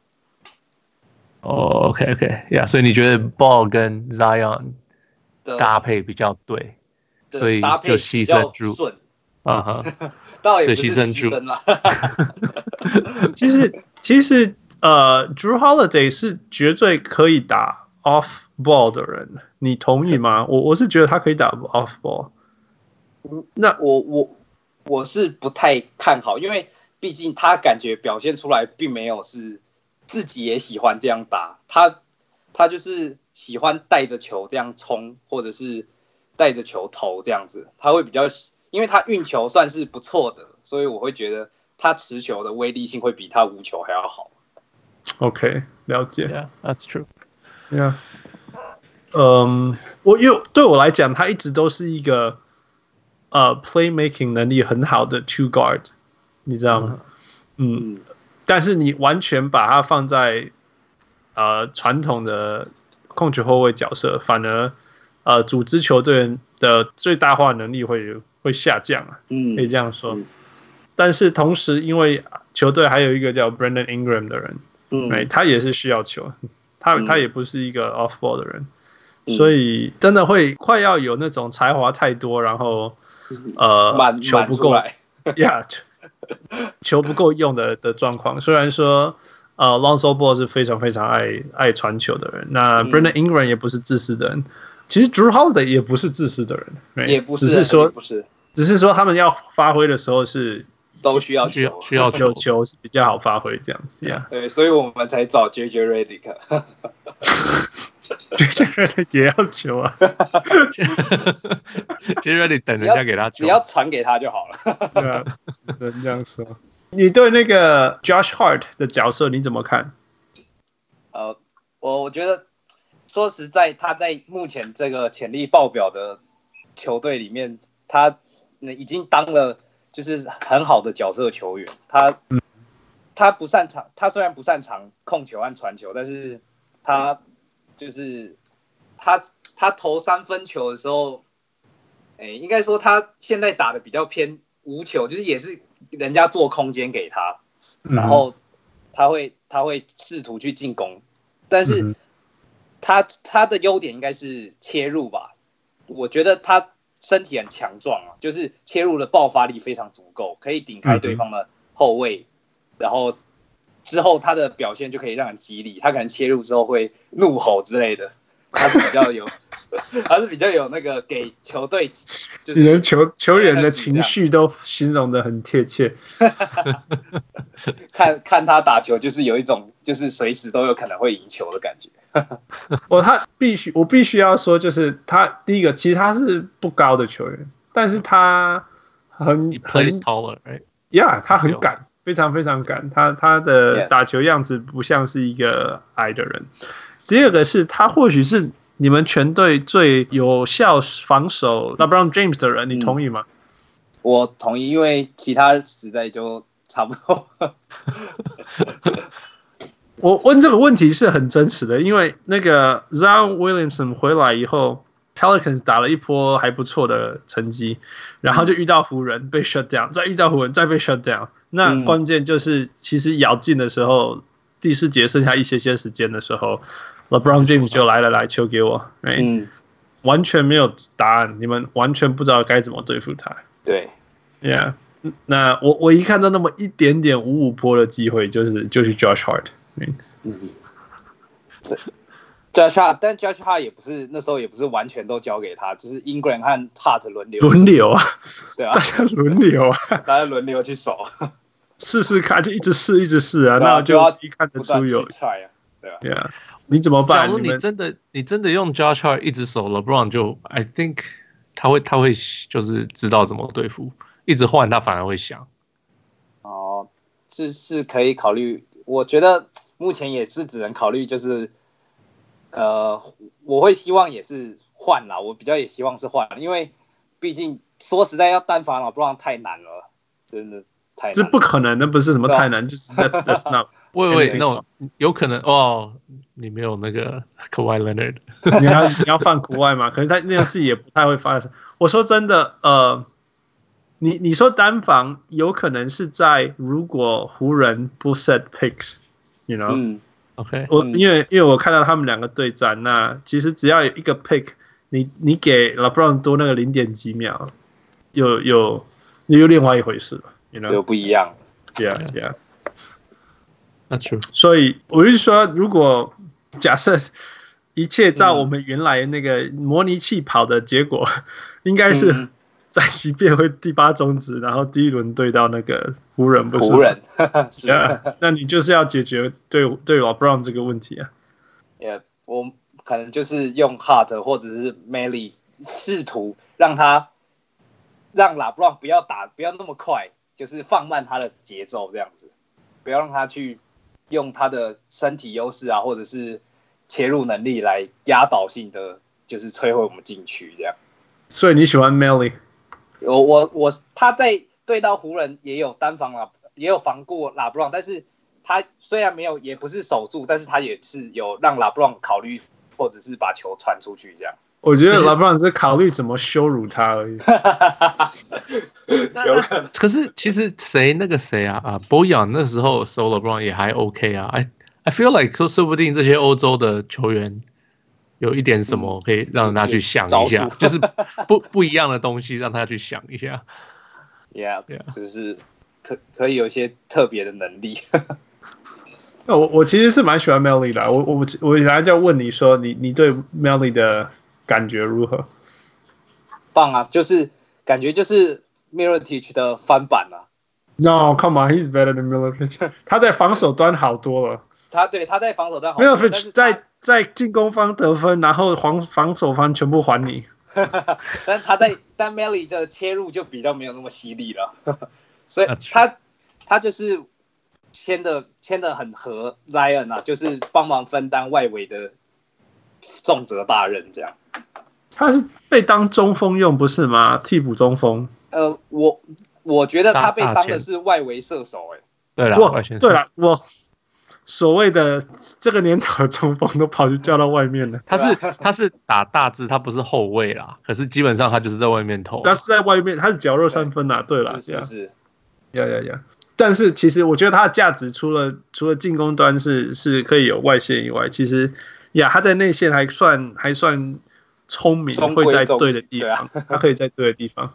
Speaker 4: 哦，OK，OK、o k OK，Yeah，所以你觉得 ball 跟 Zion
Speaker 5: 的
Speaker 4: 搭配比较对，
Speaker 5: 的
Speaker 4: 所以
Speaker 5: 呃啊搭配
Speaker 4: 就
Speaker 5: 比
Speaker 4: 牺
Speaker 5: 较
Speaker 4: 牲住
Speaker 5: 顺，
Speaker 4: 啊哈。
Speaker 5: 倒也不
Speaker 4: 所以
Speaker 5: 是
Speaker 4: 牺牲
Speaker 5: 牺
Speaker 4: 住
Speaker 5: 牲啦。
Speaker 2: 其实其实呃，Drew Holiday 是绝对可以打 off ball 的人，你同意吗？我我是觉得他可以打 off ball。那
Speaker 5: 我我我是不太看好，因为毕竟他感觉表现出来并没有是自己也喜欢这样打，他他就是喜欢带着球这样冲，或者是带着球投这样子，他会比较喜，因为他运球算是不错的，所以我会觉得他持球的威力性会比他无球还要好。
Speaker 2: OK，了解。
Speaker 4: Yeah，that's true。
Speaker 2: Yeah，嗯，我因为对我来讲，他一直都是一个呃 playmaking 能力很好的 two guard，你知道吗？嗯，
Speaker 5: 嗯，
Speaker 2: 但是你完全把它放在呃传统的控球后卫角色，反而呃组织球队的最大化能力会会下降啊。
Speaker 5: 嗯
Speaker 2: 可以这样说
Speaker 5: 嗯。
Speaker 2: 但是同时，因为球队还有一个叫 Brandon Ingram 的人，
Speaker 5: 嗯
Speaker 2: 对，他也是需要球，他
Speaker 5: 嗯
Speaker 2: 他也不是一个 off ball 的人，
Speaker 5: 嗯
Speaker 2: 所以真的会快要有那种才华太多，然后呃
Speaker 5: 嗯满
Speaker 2: 球
Speaker 5: 满
Speaker 2: 不
Speaker 5: 出
Speaker 2: 够
Speaker 5: 来，
Speaker 2: ，yeah，球球不够用的的状况。虽然说呃 Lonzo Ball 是非常非常爱爱传球的人，那
Speaker 5: 嗯
Speaker 2: Brandon Ingram 也不是自私的人，其实 Drew Holiday 也不是自私的人，对
Speaker 5: 也不是啊
Speaker 2: 只是
Speaker 5: 也
Speaker 2: 说
Speaker 5: 不是
Speaker 2: 只是说他们要发挥的时候是
Speaker 5: 都需 要
Speaker 4: 需
Speaker 5: 球
Speaker 4: 要需要
Speaker 2: 有
Speaker 4: 球，
Speaker 2: 球是比较好发挥这样子 呀。
Speaker 5: 对，所以我们才找 JJ Redick。
Speaker 2: Yeah. 也要球啊，
Speaker 4: 其实你等
Speaker 5: 只
Speaker 4: 人
Speaker 5: 要
Speaker 4: 家给他
Speaker 5: 只
Speaker 4: 球。
Speaker 5: 要传给他就好了。
Speaker 2: 对啊，只能这样说。你对那个 Josh Hart 的角色你怎么看？
Speaker 5: 呃，我我觉得说实在，他在目前这个潜力爆表的球队里面，他嗯已经当了就是很好的角色球员。他他不擅长，他虽然不擅长控球和传球，但是他就是他他投三分球的时候，哎、应该说他现在打的比较偏无球，就是也是人家做空间给他，然后他会他会试图去进攻，但
Speaker 2: 嗯
Speaker 5: 是他他的优点应该是切入吧，我觉得他身体很强壮啊，就是切入的爆发力非常足够，可以顶开对方的后卫，然后之后他的表现就可以让人激励，他可能切入之后会怒吼之类的，他是比较有 他是比较有那个给球队就
Speaker 2: 你
Speaker 5: 是
Speaker 2: 连球球员的情绪都形容的很贴切。
Speaker 5: 看看他打球就是有一种就是随时都有可能会赢球的感觉。
Speaker 2: 我他必须，我必须要说，就是他第一个，其实他是不高的球员，但是他很
Speaker 4: He
Speaker 2: 很
Speaker 4: plays taller, right?
Speaker 2: Yeah，他很敢，非常非常敢。他他的
Speaker 5: Yeah
Speaker 2: 打球样子不像是一个矮的人。第二个是他或许是你们全队最有效防守 LeBron James 的人，你同意吗？
Speaker 5: 我同意，因为其他实在就差不多。
Speaker 2: 我问这个问题是很真实的，因为那个 Zion Williamson 回来以后，Pelicans 打了一波还不错的成绩，然后就遇到湖人被 shut down，再遇到湖人再被 shut down。那
Speaker 5: 嗯
Speaker 2: 关键就是，其实咬进的时候，第四节剩下一些些时间的时候，LeBron James 就来了，来球给我，哎、
Speaker 5: 嗯，
Speaker 2: 完全没有答案，你们完全不知道该怎么对付他。
Speaker 5: 对，
Speaker 2: Yeah，那我我一看到那么一点点五五波的机会，就是就是 Josh Hart，哎
Speaker 5: 嗯， Josh Hart，但 Josh Hart 也不是那时候也不是完全都交给他，就是 Ingram 和 Hart 轮流
Speaker 2: 轮流啊，
Speaker 5: 对啊
Speaker 2: 大，家轮流啊，
Speaker 5: 大家轮流去守，
Speaker 2: 试试看，就一直试，一直试啊，
Speaker 5: 对啊
Speaker 2: 那
Speaker 5: 就要
Speaker 2: 一看得
Speaker 5: 不
Speaker 2: 出
Speaker 5: 断去
Speaker 2: 有
Speaker 5: try 啊，对吧、啊？
Speaker 2: 对啊，你怎么
Speaker 4: 假
Speaker 2: 办？
Speaker 4: 如
Speaker 2: 你
Speaker 4: 你
Speaker 2: 们
Speaker 4: 真的你真的用 Josh Hart 一直守 LeBron，就 I think 他会他会就是知道怎么对付，一直换他反而会想。
Speaker 5: 哦，是是可以考虑，我觉得目前也是只能考虑，就是呃，我会希望也是换啦，我比较也希望是换，因为毕竟说实在要单防老布朗太难了，真的太难
Speaker 2: 这
Speaker 5: 了
Speaker 2: 不可能，那不是什么
Speaker 5: 对啊
Speaker 2: 太难，就是 that's that's not
Speaker 4: 喂
Speaker 5: 对
Speaker 4: 喂，no，有可能哦，你没有那个 Kawhi Leonard，
Speaker 2: 你要你要放国外嘛？可是他那样事也不太会发生。我说真的，呃，你你说单防有可能是在如果湖人不 set picks，you know，、
Speaker 5: 嗯
Speaker 4: OK，
Speaker 2: 我
Speaker 5: 嗯
Speaker 2: 因为因为我看到他们两个对战，那其实只要有一个 pick，你你给 LeBron 多那个零点几秒，有有那又另外一回事了，you
Speaker 5: 就
Speaker 2: know，yeah
Speaker 5: 不一样。
Speaker 2: yeah。
Speaker 4: 那 true，
Speaker 2: 所以我是说，如果假设一切照我们原来那个模拟器跑的结果， 应该是
Speaker 5: 嗯
Speaker 2: 在西变会第八种子，然后第一轮对到那个湖人，不是
Speaker 5: 湖人 是的
Speaker 2: Yeah，那你就是要解决对对 LeBron 这个问题啊。
Speaker 5: 也我可能就是用 Hart 或者是 Melly 试图让他让拉布朗不要打不要那么快，就是放慢他的节奏这样子，不要让他去用他的身体优势啊，或者是切入能力来压倒性的就是摧毁我们禁区这样。
Speaker 2: 所以你喜欢 Melly，
Speaker 5: 我我我他在对到湖人也有单防啦，也有防过拉布朗，但是他虽然没有，也不是守住，但是他也是有让拉布朗考虑，或者是把球传出去这样。
Speaker 2: 我觉得 LeBron 是考虑怎么羞辱他而已。
Speaker 5: 有可能
Speaker 4: 可是其实谁那个谁啊啊 Boyan 那时候守 LeBron 也还 OK 啊，I I feel like 说说不定这些欧洲的球员有一点什么可以让他去想一下
Speaker 5: 嗯招，数
Speaker 4: 就是不 不一样的东西让他去想一下。
Speaker 5: ，Yeah，
Speaker 4: Yeah
Speaker 5: 就是可可以有一些特别的能力。
Speaker 2: 那我我其实是蛮喜欢 Melly 的啊，我我我本来就要问你说你你对 Melly 的感觉如何？
Speaker 5: 棒啊，就是感觉就是 Miritich 的翻版啊。
Speaker 2: No, come on, he's better than Milovic。他 在防守端好多了
Speaker 5: 他对他在防守端好，但是
Speaker 2: ，Milovic
Speaker 5: 他
Speaker 2: 在在进攻方得分，然后防防守方全部还你。
Speaker 5: 但他在但 Melly 的切入就比较没有那么犀利了， 所以
Speaker 4: That's true.
Speaker 5: 他他就是签的签的很合 Lion 啊，就是帮忙分担外围的重责大任这样。
Speaker 2: 他是被当中锋用不是吗？替补中锋。
Speaker 5: 呃，我我觉得他被
Speaker 4: 大大
Speaker 5: 当的
Speaker 4: 签
Speaker 5: 是外围射手、欸，
Speaker 4: 对了，
Speaker 2: 我
Speaker 4: 外线
Speaker 2: 对了，我所谓的这个年头的中锋都跑去叫到外面了，
Speaker 4: 他是他是打大字，他不是后卫啦，可是基本上他就是在外面投。
Speaker 2: 他是在外面，他是绞肉三分啊。对
Speaker 5: 哎，
Speaker 2: 了，
Speaker 5: 是不是？
Speaker 2: 呀呀呀！但是其实我觉得它的价值除了除了进攻端是是可以有外线以外，其实呀，他在内线还算还算聪明，
Speaker 5: 中规
Speaker 2: 会在
Speaker 5: 中矩啊
Speaker 2: 对的地方，他可以在对的地方。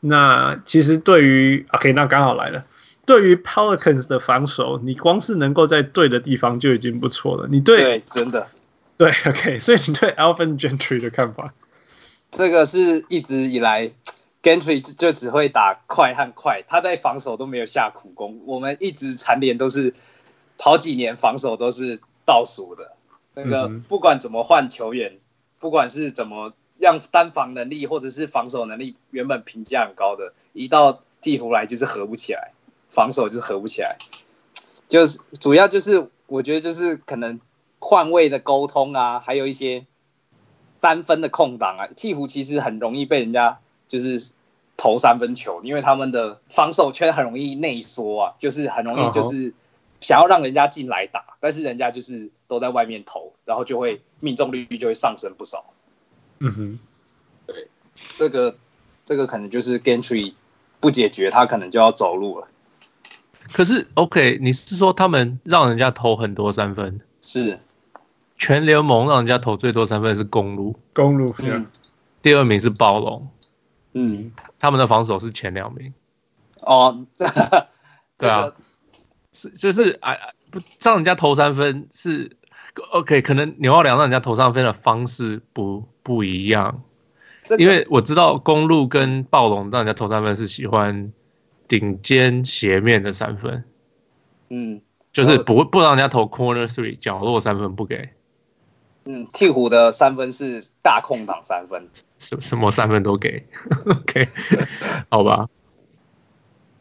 Speaker 2: 那其实对于 OK，那刚好来了。对于 Pelicans 的防守，你光是能够在对的地方就已经不错了。你对啊
Speaker 5: 对，真的，
Speaker 2: 对 OK，所以你对 Alvin Gentry 的看法？
Speaker 5: 这个是一直以来 Gentry 就就只会打快和快，他在防守都没有下苦功。我们一直蝉联都是好几年防守都是倒数的，那个
Speaker 2: 嗯哼
Speaker 5: 不管怎么换球员，不管是怎么让单防能力或者是防守能力原本评价很高的，一到鹈鹕来就是合不起来，防守就是合不起来，就是主要就是我觉得就是可能换位的沟通啊，还有一些。三分的空档啊，鹈鹕其实很容易被人家就是投三分球，因为他们的防守圈很容易内缩啊，就是很容易就是想要让人家进来打，但是人家就是都在外面投，然后就会命中率就会上升不少。
Speaker 2: 嗯哼，
Speaker 5: 这个这个可能就是 Gentry 不解决，他可能就要走路了。
Speaker 4: 可是 OK，你是说他们让人家投很多三分？
Speaker 5: 是，
Speaker 4: 全联盟让人家投最多三分的是公路，
Speaker 2: 公路、yeah
Speaker 4: 啊
Speaker 5: 嗯
Speaker 4: 第二名是暴龙，
Speaker 5: 嗯，
Speaker 4: 他们的防守是前两名。
Speaker 5: 哦， 这
Speaker 4: 对啊
Speaker 5: 这个
Speaker 4: 啊是就是哎，哎不让人家投三分是 OK，可能纽奥良让人家头上飞的方式不不一样，
Speaker 5: 这个
Speaker 4: 因为我知道公路跟暴龙让人家头上分是喜欢顶尖斜面的三分，
Speaker 5: 嗯
Speaker 4: 就是不不让人家投 corner three 角落三分不给，
Speaker 5: 嗯，鹈鹕的三分是大空档三分，
Speaker 4: 什什么三分都给。OK，好 吧，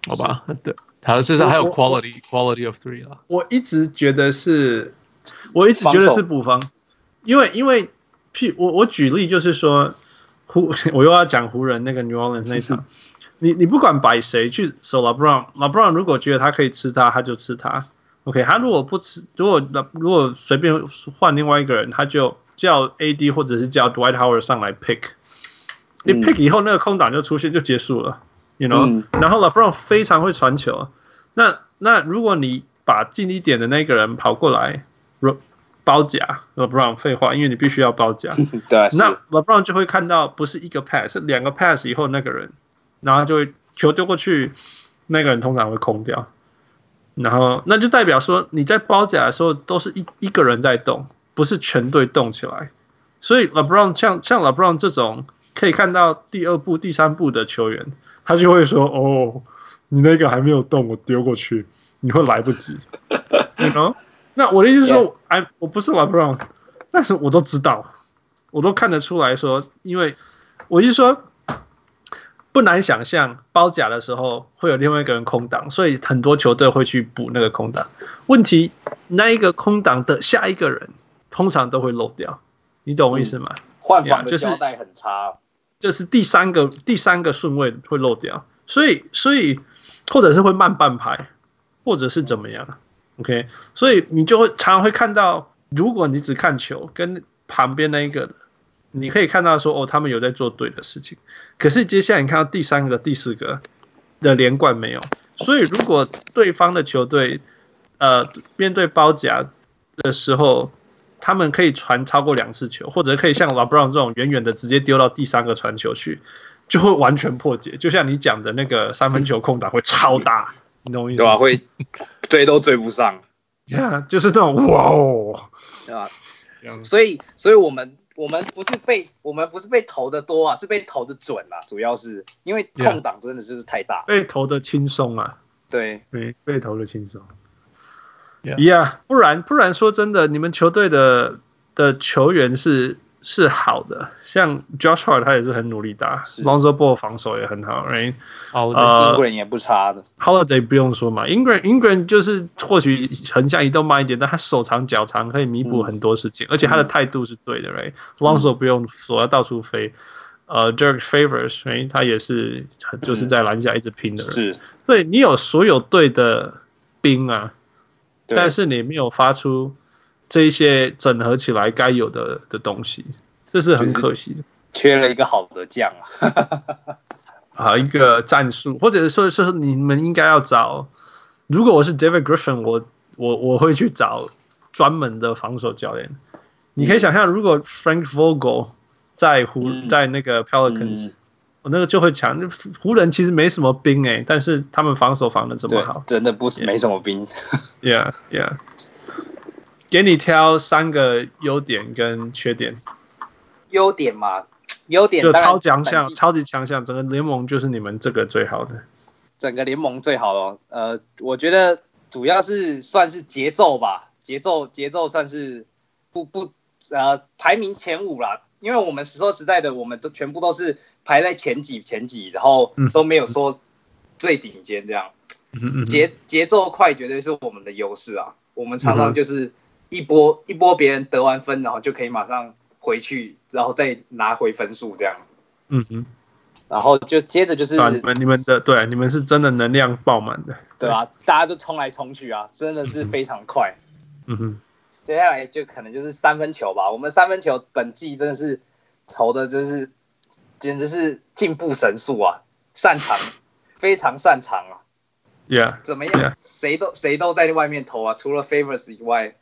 Speaker 4: 好吧，对，还有至少还有
Speaker 2: 我我
Speaker 4: quality quality of three 啦。
Speaker 2: 我一直觉得是，我一直觉得是补防，因为因为譬我我举例就是说，湖 我又要讲湖人那个 New Orleans 那一 场，你你不管摆谁去守 LeBron，LeBron 如果觉得他可以吃他，他就吃他。OK，他如果不吃，如果如果随便换另外一个人，他就叫 AD 或者是叫 Dwight Howard 上来 pick，你
Speaker 5: 嗯
Speaker 2: pick 以后那个空档就出现就结束了，you know、
Speaker 5: 嗯
Speaker 2: 然后 LeBron 非常会传球，那那如果你把近一点的那个人跑过来，如包夹 LeBron，废话，因为你必须要包夹。
Speaker 5: 对，啊是
Speaker 2: 那 LeBron 就会看到不是一个 pass，是两个 pass 以后那个人，然后他就会球丢过去，那个人通常会空掉，然后那就代表说你在包夹的时候都是一一个人在动，不是全队动起来。所以 LeBron 像像 LeBron 这种可以看到第二步、第三步的球员，他就会说：“哦，你那个还没有动，我丢过去，你会来不及。” you know？那我的意思是说，哎，我不是 LeBron，但是我都知道，我都看得出来说，因为我是说，不难想象包夹的时候会有另外一个人空档，所以很多球队会去补那个空档。问题那一个空档的下一个人通常都会漏掉，你懂我意思吗？
Speaker 5: 换防
Speaker 2: 就
Speaker 5: 的
Speaker 2: 是
Speaker 5: 交代很差，
Speaker 2: 这是第三个第三个顺位会漏掉，所以所以或者是会慢半拍，或者是怎么样，OK，所以你就会常常会看到，如果你只看球跟旁边那一个，你可以看到说哦，他们有在做对的事情，可是接下来你看到第三个、第四个的连贯没有，所以如果对方的球队呃面对包夹的时候，他们可以传超过两次球，或者可以像 LeBron 这种远远的直接丢到第三个传球去，就会完全破解。就像你讲的那个三分球空档会超大，你懂我意思
Speaker 5: 对
Speaker 2: 吗？
Speaker 5: 吧？会追都追不上，
Speaker 2: Yeah，就是这种哇哦，
Speaker 5: 对吧
Speaker 2: 这样？
Speaker 5: 所以，所以我们我们不是被我们不是被投的多啊，是被投的准啊，主要是因为
Speaker 4: Yeah
Speaker 5: 空档真的就是太大，
Speaker 2: 被投的轻松啊，
Speaker 5: 对，
Speaker 2: 对，被投的轻松。
Speaker 4: Yeah
Speaker 2: Yeah，不然不然说真的，你们球队的的球员是是好的，像 Josh Hart 他也是很努力打
Speaker 5: 是
Speaker 2: ，Lonzo Ball 防守也很好，Right？
Speaker 4: 好的，
Speaker 2: 呃
Speaker 5: 英国人也不差的，
Speaker 2: Holiday 不用说嘛，Ingram Ingram 就是或许横向移动慢一点，但他手长脚长可以弥
Speaker 5: 嗯
Speaker 2: 补很多事情，而且他的态度是对的，right？Lonzo 不用说要到处飞，呃，Dirk Favors，right？他也是就是在篮下一直拼的人，
Speaker 5: 是，
Speaker 2: 所以你有所有对的兵啊，
Speaker 5: 对
Speaker 2: 但是你没有发出这一些整合起来该有的的东西，这是很
Speaker 5: 就是
Speaker 2: 可惜的。
Speaker 5: 缺了一个好的将啊，
Speaker 2: 啊一个战术，或者说说你们应该要找，如果我是 David Griffin，我我我会去找专门的防守教练。你可以想象，如果 Frank Vogel 在湖
Speaker 5: 嗯
Speaker 2: 在那个 Pelicans，、
Speaker 5: 嗯
Speaker 2: 我那个就会强。湖人其实没什么兵哎、但是他们防守防的这么
Speaker 5: 对
Speaker 2: 好，
Speaker 5: 真的不是没什么兵，
Speaker 2: ，Yeah Yeah。给你挑三个优点跟缺点，
Speaker 5: 优点嘛，优点
Speaker 2: 就
Speaker 5: 当然
Speaker 2: 超强项
Speaker 5: 本、季
Speaker 2: 超级强项，整个联盟就是你们这个最好的。
Speaker 5: 整个联盟最好了。呃，我觉得主要是算是节奏吧，节奏节奏算是不不呃排名前五啦。因为我们实说实在的，我们都全部都是排在前几前几，然后
Speaker 2: 嗯
Speaker 5: 都没有说最顶尖这样。
Speaker 2: 嗯嗯
Speaker 5: 节节奏快绝对是我们的优势啊。我们常
Speaker 2: 嗯哼
Speaker 5: 常就是一波一波别人得完分，然后就可以马上回去，然后再拿回分数这样。
Speaker 2: 嗯嗯。
Speaker 5: 然后就接着就是
Speaker 2: 对啊，你们你们的对，你们是真的能量爆满的。
Speaker 5: 对吧、大家就冲来冲去啊，真的是非常快。
Speaker 2: 嗯哼，
Speaker 5: 接下来就可能就是三分球吧，我们三分球本季真的是投的真是简直是进步神速啊，擅长，非常擅长啊，
Speaker 2: ，Yeah，
Speaker 5: 怎么
Speaker 2: Yeah
Speaker 5: 样，谁都谁都在外面投啊，除了 Favors 以外，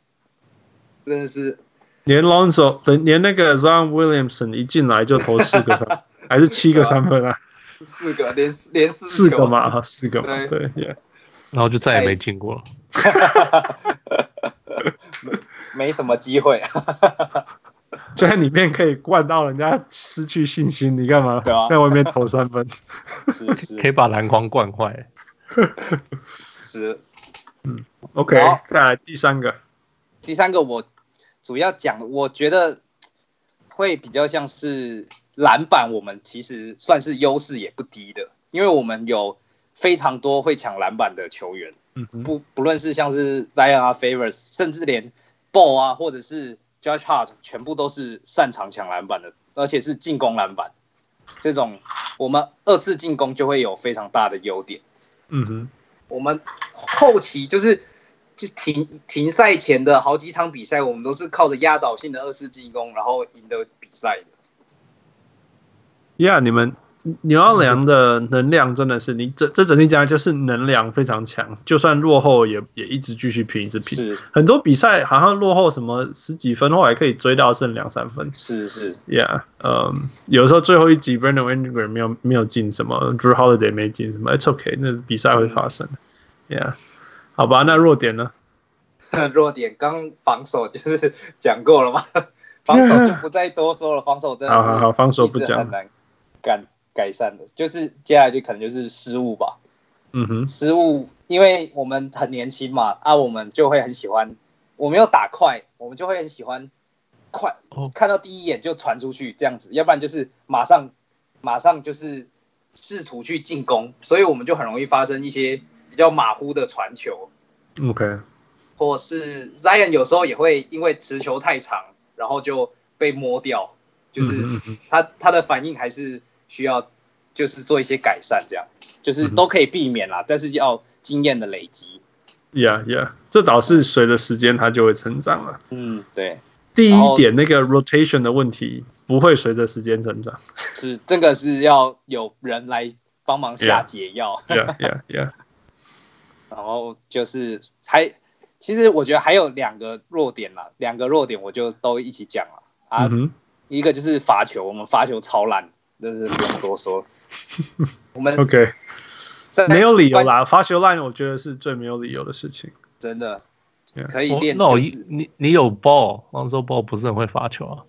Speaker 5: 真的是
Speaker 2: 连 Lonzo 连连那个 Zion Williamson 一进来就投四个 三，还是七个三分啊？
Speaker 5: 四个连连四
Speaker 2: 四
Speaker 5: 球
Speaker 2: 个？嘛，哈，四个嘛，
Speaker 5: 对哎
Speaker 2: 对，Yeah，
Speaker 4: 然后就再也没进过了。
Speaker 5: 没什么机会，啊
Speaker 2: 就在里面可以灌到人家失去信心，你干嘛
Speaker 5: 对啊
Speaker 2: 在外面投三分？
Speaker 5: 是
Speaker 4: 可以
Speaker 5: 是
Speaker 4: 把篮筐灌坏。
Speaker 5: 是。
Speaker 2: OK，
Speaker 5: 好
Speaker 2: 再来第三个，
Speaker 5: 第三个我主要讲的，我觉得会比较像是篮板，我们其实算是优势也不低的，因为我们有非常多会抢篮板的球员，
Speaker 2: 嗯哼，
Speaker 5: 不不论是像是 Zion 啊、Favors，甚至连 Ball 啊，或者是 Josh Hart，全部都是擅长抢篮板的，而且是进攻篮板。这种我们二次进攻就会有非常大的优点。
Speaker 2: 嗯哼，
Speaker 5: 我们后期就是就停停赛前的好几场比赛，我们都是靠着压倒性的二次进攻，然后赢得比赛的。
Speaker 2: 呀、yeah,，你们牛奥良的能量真的是，你这这整体讲来就是能量非常强，就算落后也也一直继续拼，一直拼。
Speaker 5: 是
Speaker 2: 很多比赛好像落后什么十几分，后来可以追到剩两三分。
Speaker 5: 是是
Speaker 2: Yeah，嗯，有时候最后一集 Brandon Ingram 没有没有进什么，Drew Holiday 没进什么，It's OK，那比赛会发生。Yeah，好吧，那弱点呢？
Speaker 5: 弱点，刚防守就是讲过了嘛， 防守就不再多说了，防守真的
Speaker 2: 好
Speaker 5: 是
Speaker 2: 好好，防守不
Speaker 5: 啊一直
Speaker 2: 讲
Speaker 5: 很。难改改善的，就是接下来就可能就是失误吧，
Speaker 2: 嗯哼，
Speaker 5: 失误，因为我们很年轻嘛，啊，我们就会很喜欢，我们要打快，我们就会很喜欢快
Speaker 4: 哦，
Speaker 5: 看到第一眼就传出去这样子，要不然就是马上马上就是试图去进攻，所以我们就很容易发生一些比较马虎的传球，
Speaker 2: OK，嗯
Speaker 5: 或是 Zion 有时候也会因为持球太长，然后就被摸掉，就是
Speaker 2: 嗯哼
Speaker 5: 他他的反应还是需要就是做一些改善，这样就是都可以避免
Speaker 2: 嗯
Speaker 5: 啦，但是要经验的累积。
Speaker 2: ，Yeah Yeah，这倒是随着时间它就会成长了。
Speaker 5: 嗯，对，
Speaker 2: 第
Speaker 5: 然
Speaker 2: 一
Speaker 5: 后
Speaker 2: 点，那个 rotation 的问题不会随着时间成长。
Speaker 5: 是这个是要有人来帮忙下
Speaker 2: Yeah
Speaker 5: 解药
Speaker 2: Yeah Yeah Yeah，
Speaker 5: 然后就是还其实我觉得还有两个弱点啦，两个弱点我就都一起讲了啊，
Speaker 2: 嗯哼，
Speaker 5: 一个就是罚球，我们罚球超烂，真是不用多 说。我们
Speaker 2: OK，
Speaker 5: 在
Speaker 2: 没有理由啦，发球烂我觉得是最没有理由的事情。
Speaker 5: 真的
Speaker 2: Yeah
Speaker 5: 可以
Speaker 4: 哦
Speaker 5: 练，
Speaker 4: 那我
Speaker 5: 就
Speaker 4: 一
Speaker 5: 是
Speaker 4: 你你有 ball，王周 ball 不是很会罚球啊，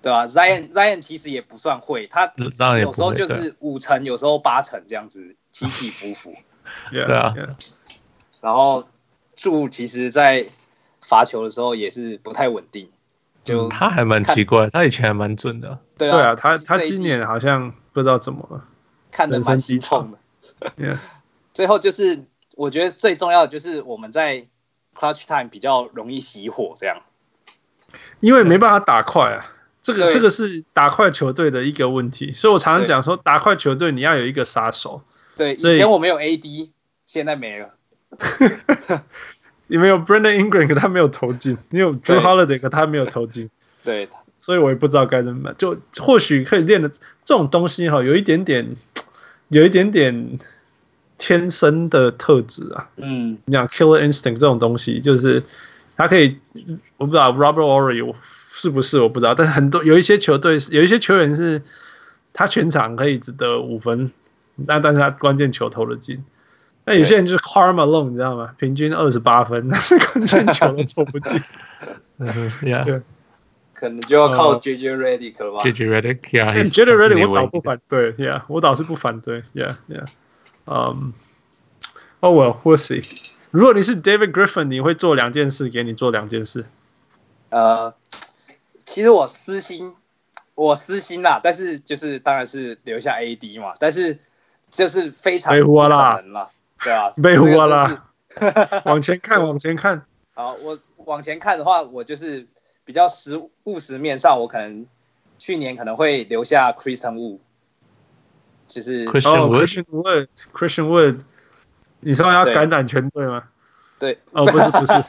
Speaker 5: 对吧、z i o n Zion 其实也不算会，他
Speaker 4: 当然也
Speaker 5: 有
Speaker 4: 不
Speaker 5: 时候
Speaker 4: 会。
Speaker 5: 就
Speaker 4: 对啊
Speaker 5: 是五成，有时候八成这样子起起伏伏。
Speaker 2: Yeah
Speaker 4: 对啊
Speaker 2: Yeah。
Speaker 5: 然后柱其实在罚球的时候也是不太稳定，就、
Speaker 4: 嗯他还蛮
Speaker 5: 看
Speaker 4: 奇怪，他以前还蛮准的。
Speaker 5: 对
Speaker 2: 对
Speaker 5: 啊，
Speaker 2: 啊，他他
Speaker 5: 这一
Speaker 2: 今
Speaker 5: 季
Speaker 2: 年好像不知道怎么了。
Speaker 5: 看得蛮心痛的。
Speaker 2: Yeah，
Speaker 5: 最后就是我觉得最重要的就是我们在 clutch time 比较容易熄火，这样
Speaker 2: 因为没办法打快啊，这个
Speaker 5: 对
Speaker 2: 这个是打快球队的一个问题。所以我常常讲说，打快球队你要有一个杀手。
Speaker 5: 对。
Speaker 2: 所以
Speaker 5: 以前我们有 AD，现在没了，
Speaker 2: 你们有 Brandon Ingram，可他没有投进；你有 Drew
Speaker 5: 对
Speaker 2: Holiday，可他没有投进。
Speaker 5: 对，
Speaker 2: 所以我也不知道该怎么办。就或许可以练的这种东西哈，有一点点，有一点点天生的特质啊。
Speaker 5: 嗯，
Speaker 2: 你讲 killer instinct 这种东西，就是他可以，我不知道 Robert Ory 是不是我不知道，但是很多有一些球队是，有一些球员是他全场可以只得五分，那但是他关键球投得进。那有些人就是 Karl Malone，你知道吗？平均二十八分，但是关键球都投不进。
Speaker 4: 嗯 哼，Yeah，
Speaker 2: 对
Speaker 5: 可能就要靠
Speaker 2: 呃
Speaker 5: JJ Redick 了吧。
Speaker 4: j j Redick，Yeah，
Speaker 2: 哎你觉得 Ready 我倒不反对，Yeah，我倒是不反对，Yeah Yeah，嗯、um,，Oh well we'll see。如果你是 David Griffin，你会做两件事，给你做两件事。
Speaker 5: 呃，其实我私心，我私心啦，但是就是当然是留下 AD 嘛，但是就是非常
Speaker 2: 没胡啊啦
Speaker 5: 不可能啦，对 啊，
Speaker 2: 没胡啊啦
Speaker 5: 这个真 是。
Speaker 2: 往前看，往前看。
Speaker 5: 好，我往前看的话，我就是比较实务实面上，我可能去年可能会留下 Kristen Wu，就是
Speaker 2: 哦
Speaker 4: Christian Wood，
Speaker 2: ，Christian Wood，Christian Wood，你说要
Speaker 5: 对
Speaker 2: 橄榄全队吗？
Speaker 5: 对，
Speaker 2: 哦，不是 不是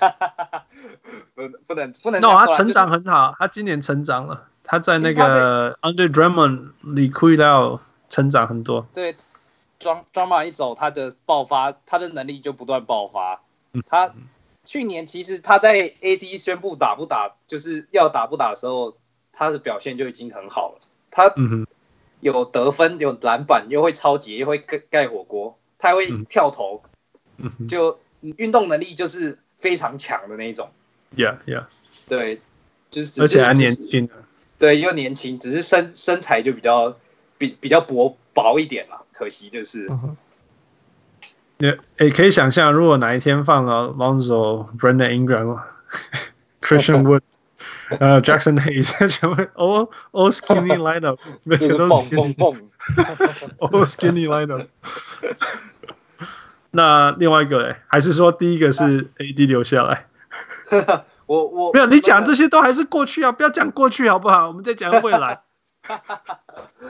Speaker 5: 不不能不能这
Speaker 2: ，No，
Speaker 5: 样
Speaker 2: 他
Speaker 5: 说啦
Speaker 2: 成
Speaker 5: 就是
Speaker 2: 长很好，他今年成长了，他在那
Speaker 5: 其实他
Speaker 2: 个 Under Drummond 里亏到成长很多。
Speaker 5: 对，装装马一走，他的爆发，他的能力就不断爆发。
Speaker 2: 嗯
Speaker 5: 他去年其实他在 AD 宣布打不打，就是要打不打的时候，他的表现就已经很好了。他
Speaker 2: 嗯哼，
Speaker 5: 有得分，有篮板，又会超级，又会盖盖火锅，他还会
Speaker 2: 嗯
Speaker 5: 跳投，
Speaker 2: 嗯哼
Speaker 5: 就运动能力就是非常强的那一种。
Speaker 2: ，Yeah Yeah，
Speaker 5: 对，就是只是
Speaker 2: 而且还年
Speaker 5: 只是
Speaker 2: 轻啊。
Speaker 5: 对，又年轻，只是身身材就比较比比较薄薄一点啦。可惜就是，
Speaker 2: 哦也也可以想象，如果哪一天放了 Lonzo、Brandon Ingram、Christian Wood、呃 Jackson Hayes，全部 all all skinny lineup，每
Speaker 5: 就
Speaker 2: 个
Speaker 5: 是
Speaker 2: 都
Speaker 5: 蹦
Speaker 2: skinny
Speaker 5: 蹦蹦，
Speaker 2: all Oh, skinny lineup。那另外一个嘞，还是说第一个是 AD 留下来？
Speaker 5: 我我
Speaker 2: 没有，你讲这些都还是过去啊，不要讲过去好不好？我们再讲未 来。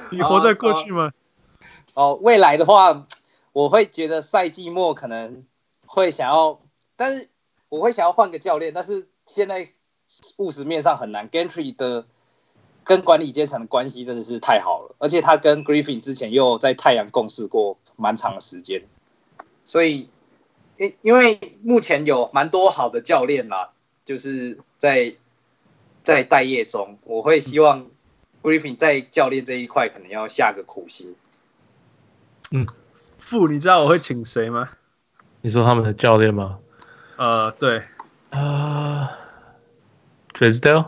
Speaker 2: 你活在过去吗？
Speaker 5: 哦，未来的话，我会觉得赛季末可能会想要，但是我会想要换个教练，但是现在务实面上很难。Gentry 的跟管理阶层的关系真的是太好了，而且他跟 Griffin 之前又在太阳共事过蛮长的时间，所以因因为目前有蛮多好的教练啦，就是在在待业中，我会希望 Griffin 在教练这一块可能要下个苦心。
Speaker 2: 父，你知道我会请谁吗？
Speaker 4: 你说他们的教练吗？
Speaker 2: 呃，对，
Speaker 5: 呃
Speaker 4: 啊 t r i s d a l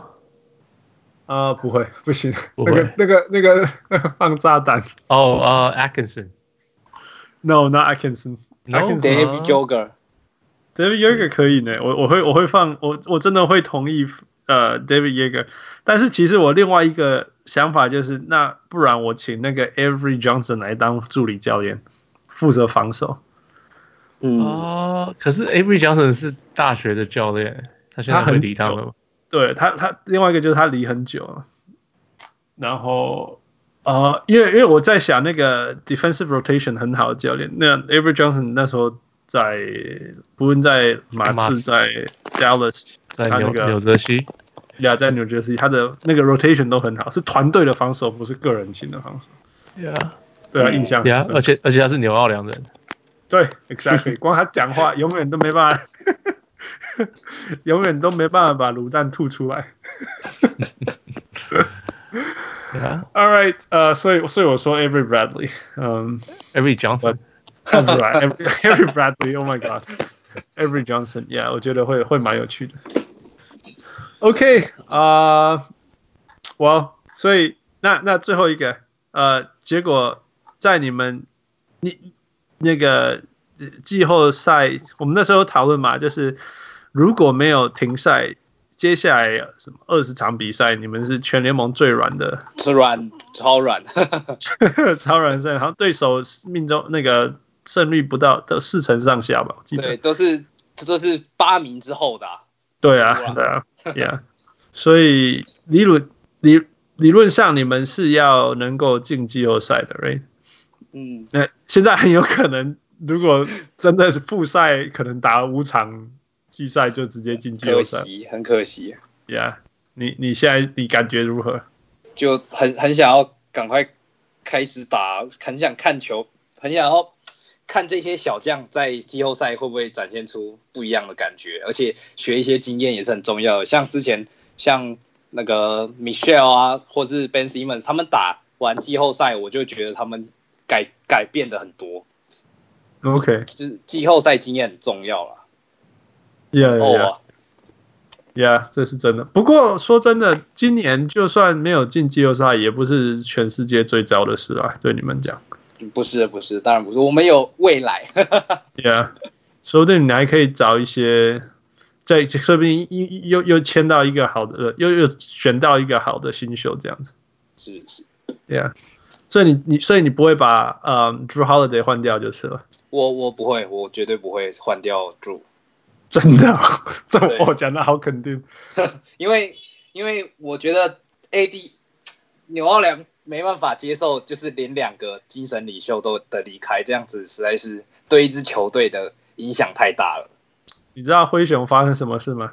Speaker 2: 啊、不会，不行，
Speaker 4: 不
Speaker 2: 那个
Speaker 4: 会
Speaker 2: 那个那个那个 放炸弹
Speaker 4: 哦啊，Atkinson，
Speaker 2: ，No，not Atkinson。
Speaker 4: No
Speaker 2: Atkinson
Speaker 5: Dave Joger，
Speaker 2: David Yeager 可以呢，我我会我会放我我真的会同意呃 David Yeager，但是其实我另外一个想法就是，那不然我请那个 Avery Johnson 来当助理教练，负责防守。啊
Speaker 5: 嗯，
Speaker 4: 哦，可是 Avery Johnson 是大学的教练，他现在
Speaker 2: 他很
Speaker 4: 会理他们吗？
Speaker 2: 对他他另外一个就是他离很久了，然后呃，因为因为我在想那个 defensive rotation 很好的教练，那 Avery Johnson 那时候在不论在马
Speaker 4: 马
Speaker 2: 刺
Speaker 4: 刺
Speaker 2: 在 Dallas
Speaker 4: 在
Speaker 2: 他那
Speaker 4: 纽
Speaker 2: 个
Speaker 4: 纽泽西，
Speaker 2: 呀，在纽约 e 他的那个 rotation 都很好，是团队的防守，不是个人型的防守。
Speaker 4: Yeah，
Speaker 2: 对啊，印象很
Speaker 4: yeah，
Speaker 2: 深
Speaker 4: 而且而且他是纽奥良人，
Speaker 2: 对，exactly，光 他讲话永远都没办法， 永远都没办法把卤蛋吐出来。All right，呃，所以所以我说 Every Bradley，嗯、
Speaker 4: ，Yeah，Avery Johnson，
Speaker 2: 看不出来 Every Every Bradley，Oh my God，Every Johnson，Yeah，我觉得会会蛮有趣的。OK，啊、well，所以那那最后一个，呃，结果在你们你那个呃季后赛，我们那时候讨论嘛，就是如果没有停赛，接下来什么二十场比赛，你们是全联盟最软的
Speaker 5: 是软超 软，
Speaker 2: 超人赛，然后对手命中那个胜率不到的四成上下吧，我记得。
Speaker 5: 对，都是这都是八名之后的啊、
Speaker 2: 对啊
Speaker 5: 是，吧
Speaker 2: 对啊，Yeah。所以理论理理论上你们是要能够进季后赛的，right？
Speaker 5: 嗯，
Speaker 2: 那现在很有可能，如果真的是复赛，可能打五场季赛就直接进季
Speaker 5: 可
Speaker 2: 后赛
Speaker 5: 惜，很可惜，
Speaker 2: ，Yeah。你你现在你感觉如何？
Speaker 5: 就很很想要赶快开始打，很想看球，很想要看这些小将在季后赛会不会展现出不一样的感觉，而且学一些经验也是很重要的。像之前像那个 Michelle 啊，或是 Ben Simmons，他们打完季后赛，我就觉得他们改改变的很多。
Speaker 2: OK，
Speaker 5: 就是季后赛经验很重要啦。
Speaker 2: yeah,
Speaker 5: 哦
Speaker 2: yeah, yeah, 这是真的。不过说真的，今年就算没有进季后赛，也不是全世界最糟的事啊。对你们讲。
Speaker 5: 不是不是，当然不是，我们有未来。
Speaker 2: Yeah，说不定你还可以找一些，在说不定又又又签到一个好的，呃又又选到一个好的新秀这样子。
Speaker 5: 是是，
Speaker 2: Yeah，所以你你所以你不会把呃 Drew Holiday 换掉就是了。
Speaker 5: 我我不会，我绝对不会换掉 Drew，
Speaker 2: 真的 哦，这
Speaker 5: 对
Speaker 2: 我讲的好肯定。
Speaker 5: 因为因为我觉得 AD 纽奥良没办法接受，就是连两个精神领袖都的离开，这样子实在是对一支球队的影响太 大了。
Speaker 2: 你知道灰熊发生什么事吗？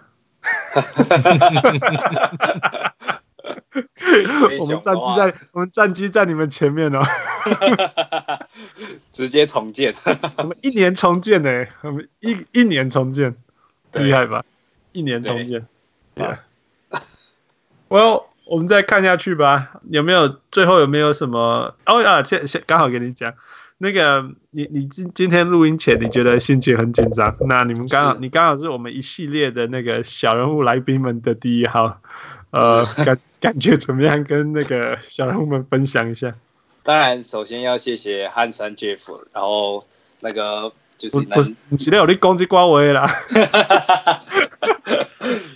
Speaker 2: 我们战绩在我们战绩在你们前面哦，
Speaker 5: 在 直接重建，
Speaker 2: 我们一年重建呢、我们一一年重建。
Speaker 5: 啊对
Speaker 2: 厉害吧？一年重建。
Speaker 5: 对啊
Speaker 2: Yeah. Well，我们再看下去吧。有没有最后有没有什么？哦啊，现现刚好给你讲，那个你你今今天录音前你觉得心情很紧张，那你们刚好
Speaker 5: 是
Speaker 2: 你刚好是我们一系列的那个小人物来宾们的第一号，呃，感感觉怎么样？跟那个小人物们分享一下。
Speaker 5: 当然，首先要谢谢汉三 Jeff，然后那个就是
Speaker 2: 不
Speaker 5: 能
Speaker 2: 不是，不是有你攻击瓜维啦，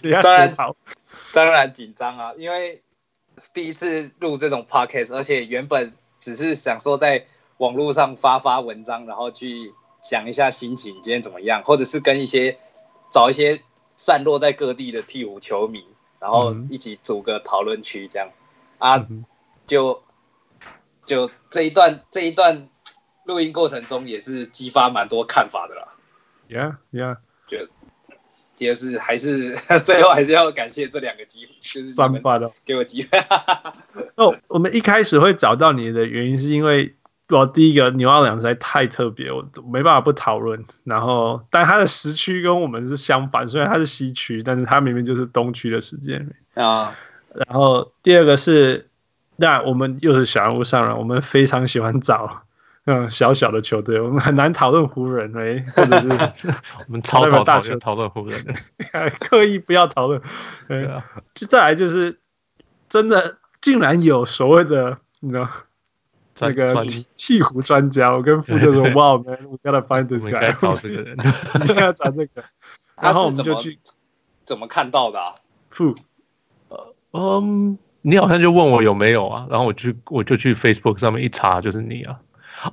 Speaker 2: 你要
Speaker 5: 当然
Speaker 2: 检讨。
Speaker 5: 当然紧张啊，因为第一次录这种 podcast，而且原本只是想说在网络上发发文章，然后去想一下心情今天怎么样，或者是跟一些找一些散落在各地的替补球迷，然后
Speaker 2: 嗯
Speaker 5: 一起组个讨论区这样啊
Speaker 2: 嗯，哼
Speaker 5: 就就这一段这一段录音过程中也是激发蛮多看法的啦，
Speaker 2: Yeah, yeah，
Speaker 5: 就是还是 最后还是要感谢这两个机会，就是你
Speaker 2: 三
Speaker 5: 们
Speaker 2: 八的。
Speaker 5: 给我机会。
Speaker 2: 那我我们一开始会找到你的原因，是因为我第一个牛奥良实在太特别，我我没办法不讨论。然后，但它的时区跟我们是相反，虽然它是西区，但是它明明就是东区的时间。
Speaker 5: 啊，
Speaker 2: 然后第二个是，那我们又是小人物上人，我们非常喜欢找那种小小的球队，我们很难讨论湖人诶，或者是
Speaker 4: 我们超
Speaker 2: 那边
Speaker 4: 讨
Speaker 2: 大
Speaker 4: 讨
Speaker 2: 学
Speaker 4: 厌讨论 湖人的，
Speaker 2: 刻意不要讨论。对
Speaker 4: 对啊，
Speaker 2: 就再来就是，真的竟然有所谓的，你知道那
Speaker 4: 专
Speaker 2: 个
Speaker 4: 专
Speaker 2: 鹈鹈鹕专家，我 跟傅就说
Speaker 4: 对对
Speaker 2: 哇，man，we gotta find
Speaker 4: 我
Speaker 2: this
Speaker 4: 们应该
Speaker 2: guy，
Speaker 4: 找这个人。
Speaker 2: 我们 应该找这个。然后我们就
Speaker 5: 他是怎么
Speaker 2: 去
Speaker 5: 怎么看到的、啊？
Speaker 2: 傅，
Speaker 4: 嗯，你好像就问我有没有啊，然后我去我就去 Facebook 上面一查，就是你啊。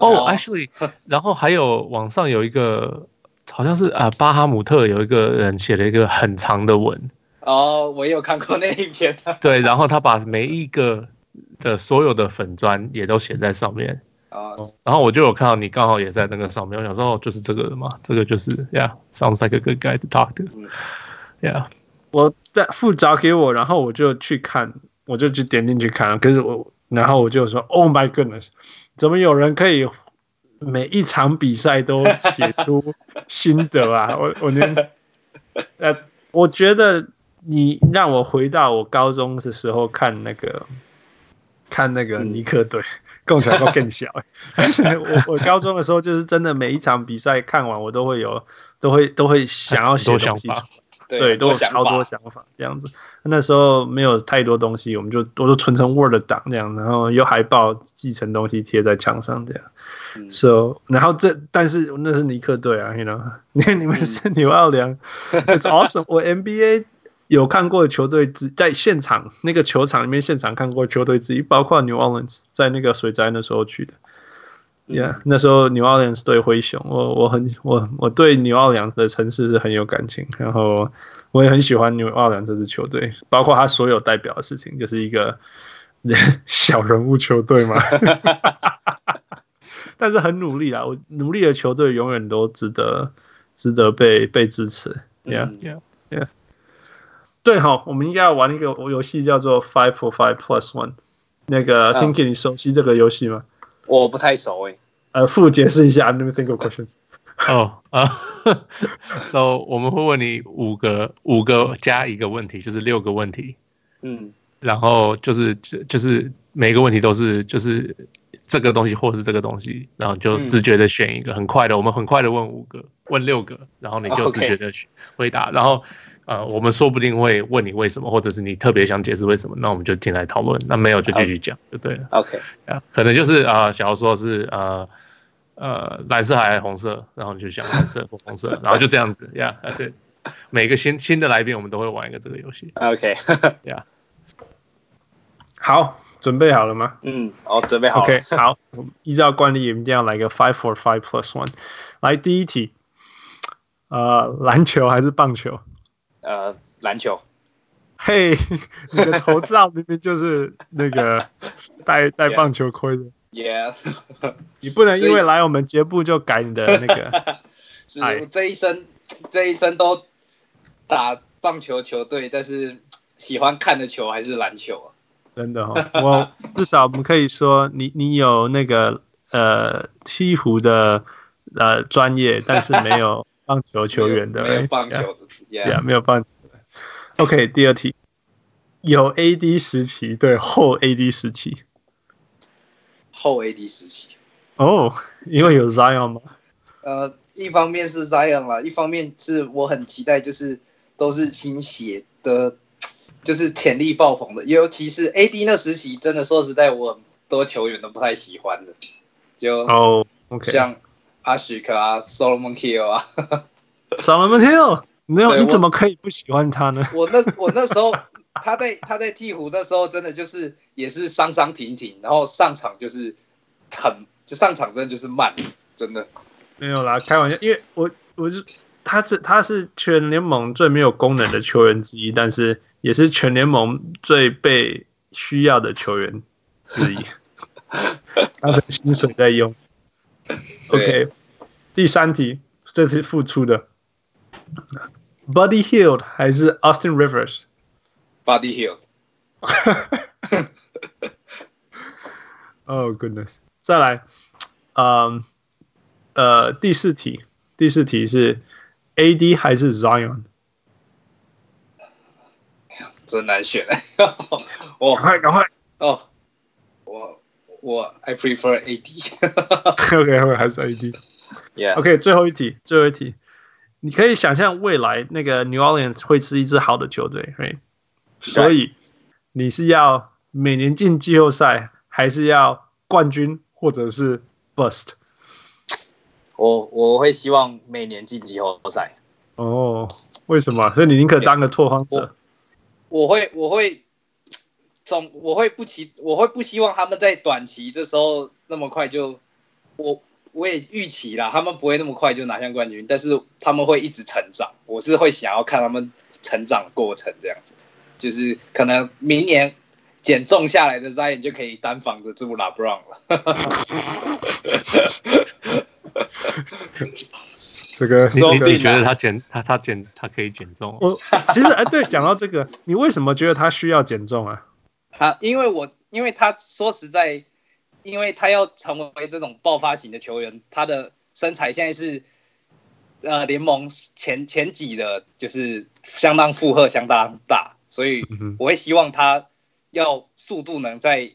Speaker 4: 哦、
Speaker 5: 哦
Speaker 4: a c t u a l l y 然后还有网上有一个好像是啊、呃巴哈姆特有一个人写了一个很长的文，
Speaker 5: 哦，我也有看过那一篇，啊
Speaker 4: 对，然后他把每一个的所有的粉砖也都写在上面，
Speaker 5: 啊，
Speaker 2: 哦
Speaker 4: 然后我就有看到你刚好也在那个上面，我想说哦，就是这个人嘛，这个就是 Yeah，sounds like a good guy to talk to
Speaker 5: 嗯。
Speaker 4: Yeah，
Speaker 2: 我在傅找给我，然后我就去看，我就去点进去看，可是我，然后我就说，Oh my goodness，怎么有人可以每一场比赛都写出心得啊？我我连，呃，我觉得你让我回到我高中的时候看那个，看那个
Speaker 5: 嗯
Speaker 2: 尼克队。共享够更小、欸， 但是我我高中的时候就是真的每一场比赛看完，我都会有都会都会想要写
Speaker 4: 很
Speaker 2: 东
Speaker 4: 多想
Speaker 2: 西
Speaker 4: 法
Speaker 2: 出
Speaker 5: 对，
Speaker 2: 对，
Speaker 5: 很
Speaker 2: 都有
Speaker 5: 想
Speaker 2: 超多
Speaker 5: 法，
Speaker 2: 想法这样子。那时候没有太多东西，我们就我就存成 Word 档这样，然后有海报寄成东西贴在墙上这样。
Speaker 5: 嗯
Speaker 2: So，然后这但是那是尼克队啊，you know，你 看你们
Speaker 5: 嗯
Speaker 2: 是纽奥 良，It's awesome。我 NBA 有看过的球队之在现场那个球场里面现场看过的球队之一，包括 New Orleans，在那个水灾的时候去的。Yeah，、那
Speaker 5: 嗯
Speaker 2: 时候 New Orleans 对灰熊，我我很我我对 New Orleans 的城市是很有感情，然后我也很喜欢 New Orleans 这支球队，包括他所有代表的事情，就是一个小人 物球队嘛。 但是很努力啊，我努力的球队永远都值得值得被被支持。Yeah，、
Speaker 5: 嗯
Speaker 4: Yeah
Speaker 2: 对哈，我们应该要玩一个游戏叫做 Five for Five Plus One。那个
Speaker 5: 嗯
Speaker 2: Tinky，、你熟悉这个游戏吗？
Speaker 5: 我不太熟欸诶、
Speaker 2: 呃，副解释一下，I'm never think of questions。
Speaker 4: 哦啊 ，so 我们会问你五个五个加一个问题，就是六个问题，
Speaker 5: 嗯
Speaker 4: 然后就是就就是每个问题都是就是这个东西或是这个东西，然后你就
Speaker 5: 嗯
Speaker 4: 自觉的选一个，很快的，我们很快的问五个，问六个，然后你就
Speaker 5: 哦 OK
Speaker 4: 自觉的回答，然后呃，我们说不定会问你为什么，或者是你特别想解释为什么，那我们就进来讨论，那没有就继续讲就对了。
Speaker 5: ，OK，
Speaker 4: 啊，可能就是啊、呃，假如说是呃呃蓝色还是红色，然后你就想蓝色或红色，然后就这样子，Yeah，that's it。每个新新的来宾，我们都会玩一个这个游戏
Speaker 5: OK，
Speaker 4: ，Yeah。
Speaker 2: 好，准备好了吗？
Speaker 5: 嗯，我准备好了
Speaker 2: OK，好，我们依照惯例一定要来个 five for five plus one。来第一题，呃，篮球还是棒球？
Speaker 5: 呃，篮球，
Speaker 2: 嘿、 你的头罩明明就是那 个带带棒球盔的，
Speaker 5: yes，
Speaker 2: 你不能
Speaker 5: 所以
Speaker 2: 因为来我们节目就改你的那 个。
Speaker 5: 是
Speaker 2: 哎
Speaker 5: 我这一生这一生都打棒球球队，但是喜欢看的球还是篮球啊，
Speaker 2: 真的哦，我至少我们可以说你你有那个呃鹈鹕的呃专业，但是没有棒球球员的， 哎
Speaker 5: 没有没有棒
Speaker 2: right？Yeah
Speaker 5: 球的
Speaker 2: 呀，
Speaker 5: ，Yeah，
Speaker 2: 没有办法。OK，第二题，有 AD 时期对后 AD 时期，
Speaker 5: 后 AD 时期，
Speaker 2: 哦，因为有 Zion 嘛，
Speaker 5: 呃，一方面是 Zion 啦，一方面是我很期待，就是都是新血的，就是潜力爆棚的，尤其是 AD 那时期，真的说实在，我很多球员都不太喜欢的，就
Speaker 2: 哦，OK，
Speaker 5: 像阿许克啊、Solomon Hill 啊，
Speaker 2: Solomon Hill，没有
Speaker 5: 对
Speaker 2: 你
Speaker 5: 我
Speaker 2: 怎么可以不喜欢他呢？
Speaker 5: 我那我那时候他在他在鹈鹕那时候，真的就是也是伤伤停停，然后上场就是很就上场真的就是慢，真的
Speaker 2: 没有啦，开玩笑，因为我我是他是他是全联盟最没有功能的球员之一，但是也是全联盟最被需要的球员之一。他的薪水在用。
Speaker 5: 对
Speaker 2: OK，第三题，这是付出的。Buddy Hield 还是 Austin Rivers？
Speaker 5: body hill。
Speaker 2: Oh goodness！再来，嗯，呃，第四题，第四题是 AD 还是 Zion？
Speaker 5: 真难选。 我
Speaker 2: 赶快，赶快
Speaker 5: 哦，我我 I prefer AD。
Speaker 2: ！OK，会还是 AD。
Speaker 5: yeah，
Speaker 2: OK，最后一题，最后一题，你可以想象未来那个 New Orleans 会是一支好的球队，right？所以你是要每年进季后赛，还是要冠军，或者是 bust？
Speaker 6: 我我会希望每年晋级后赛，
Speaker 2: 哦，为什么？所以你宁可当个拓荒者？
Speaker 5: 我会我会总我会不期我会不希望他们在短期这时候那么快就我我也预期啦，他们不会那么快就拿下冠军，但是他们会一直成长。我是会想要看他们成长的过程这样子，就是可能明年减重下来的 Zion 就可以单防得住 LeBron 了。
Speaker 2: 这个
Speaker 4: 你
Speaker 5: 说不
Speaker 4: 你你
Speaker 5: 定
Speaker 4: 觉
Speaker 5: 啊
Speaker 4: 得他减他他减他可以减重哦？
Speaker 2: 我其实哎，对，讲到这个，你为什么觉得他需要减重啊？
Speaker 5: 啊，因为我因为他说实在，因为他要成为这种爆发型的球员，他的身材现在是呃联盟前前几的，就是相当负荷相当大，所以
Speaker 2: 嗯哼，
Speaker 5: 我会希望他要速度能在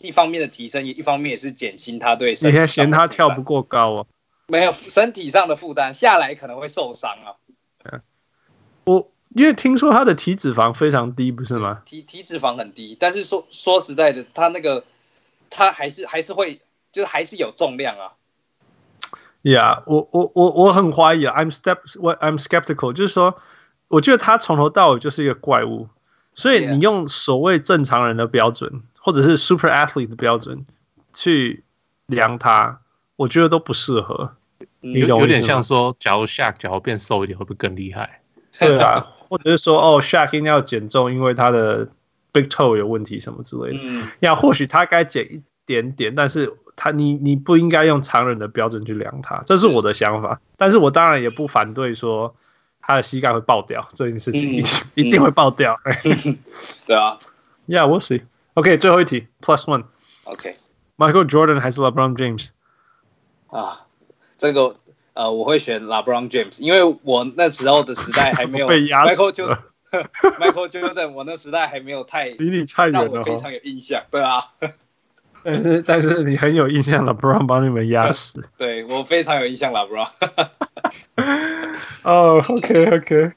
Speaker 5: 一方面的提升，一方面也 是减轻他对身
Speaker 2: 你
Speaker 5: 体上
Speaker 2: 还
Speaker 5: 的
Speaker 2: 嫌他
Speaker 5: 负担
Speaker 2: 跳不过高哦？
Speaker 5: 没有身体上的负担，下来可能会受伤啊，
Speaker 2: 我因为听说他的体脂肪非常低，不是吗？
Speaker 5: 体体脂肪很低，但是说说实在的，他那个他还是还是会就是还是有重量啊。
Speaker 2: Yeah，我我我我很怀疑啊，I'm step what I'm skeptical，就是说，我觉得他从头到尾就是一个怪物，所以
Speaker 5: Yeah
Speaker 2: 你用所谓正常人的标准，或者是 super athlete 的标准去量他，我觉得都不适合。你
Speaker 4: 有
Speaker 2: 懂我
Speaker 4: 有点
Speaker 2: 意思吗
Speaker 4: 像说，假如下假如变瘦一点，会不会更厉害？
Speaker 2: 对啊，或者是说哦，Shaq 应该要减重，因为他的 big toe 有问题什么之类的。
Speaker 5: 嗯，
Speaker 2: 呀，或许他该减一点点，但是他你你不应该用常人的标准去量他，这是我的想法。但是我当然也不反对说他的膝盖会爆掉这件事情，
Speaker 5: 嗯
Speaker 2: 一定一定会爆掉。
Speaker 5: 对啊
Speaker 2: yeah, we'll see. OK，最后一题，Plus One。
Speaker 5: ，OK
Speaker 2: Michael Jordan 还是 LeBron James？
Speaker 5: 啊，这个呃，我会选 LeBron James，因为我那时候的时代还 没有
Speaker 2: 被压
Speaker 5: Michael
Speaker 2: 死
Speaker 5: Jordan
Speaker 2: 了，
Speaker 5: Michael Jordan，我那时代还没有 太
Speaker 2: 离你太
Speaker 5: 让
Speaker 2: 远
Speaker 5: 我
Speaker 2: 了
Speaker 5: 非
Speaker 2: 哈。
Speaker 5: 常有印象，对啊，
Speaker 2: 但是但是你很有印象，LeBron 把你们压死。
Speaker 5: 对我非常有印象 LeBron。
Speaker 2: 哦、o k OK，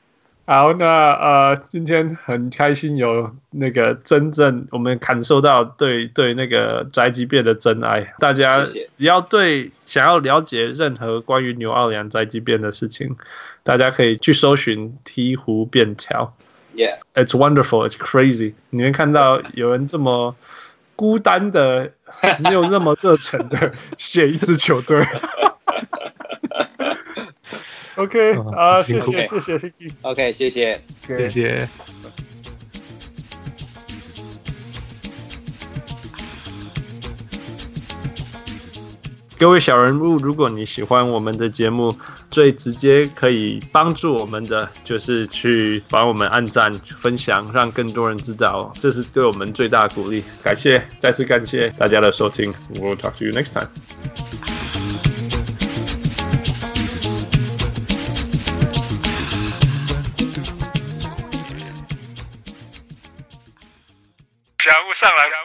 Speaker 2: 好，那呃，今天很开心有那个真正我们感受到对对那个宅急便的真爱。大家
Speaker 5: 谢谢
Speaker 2: 只要对想要了解任何关于纽奥良宅急便的事情，大家可以去搜寻鹈鹕便条。
Speaker 5: Yeah，
Speaker 2: It's wonderful, it's crazy。你会看到有人这么孤单的， 没有那么热忱的 写一支球队。OK 啊、
Speaker 4: 很辛
Speaker 2: 谢
Speaker 4: 苦
Speaker 2: 谢谢谢 Hiki。
Speaker 5: o k 谢谢。
Speaker 4: 谢谢。
Speaker 2: 各位小人物，如果你喜欢我们的节目，最直接可以帮助我们的就是去帮我们按赞、分享，让更多人知道，这是对我们最大的鼓励。感谢，再次感谢大家的收听。We'll talk to you next time.
Speaker 7: Chào buổi sáng lành.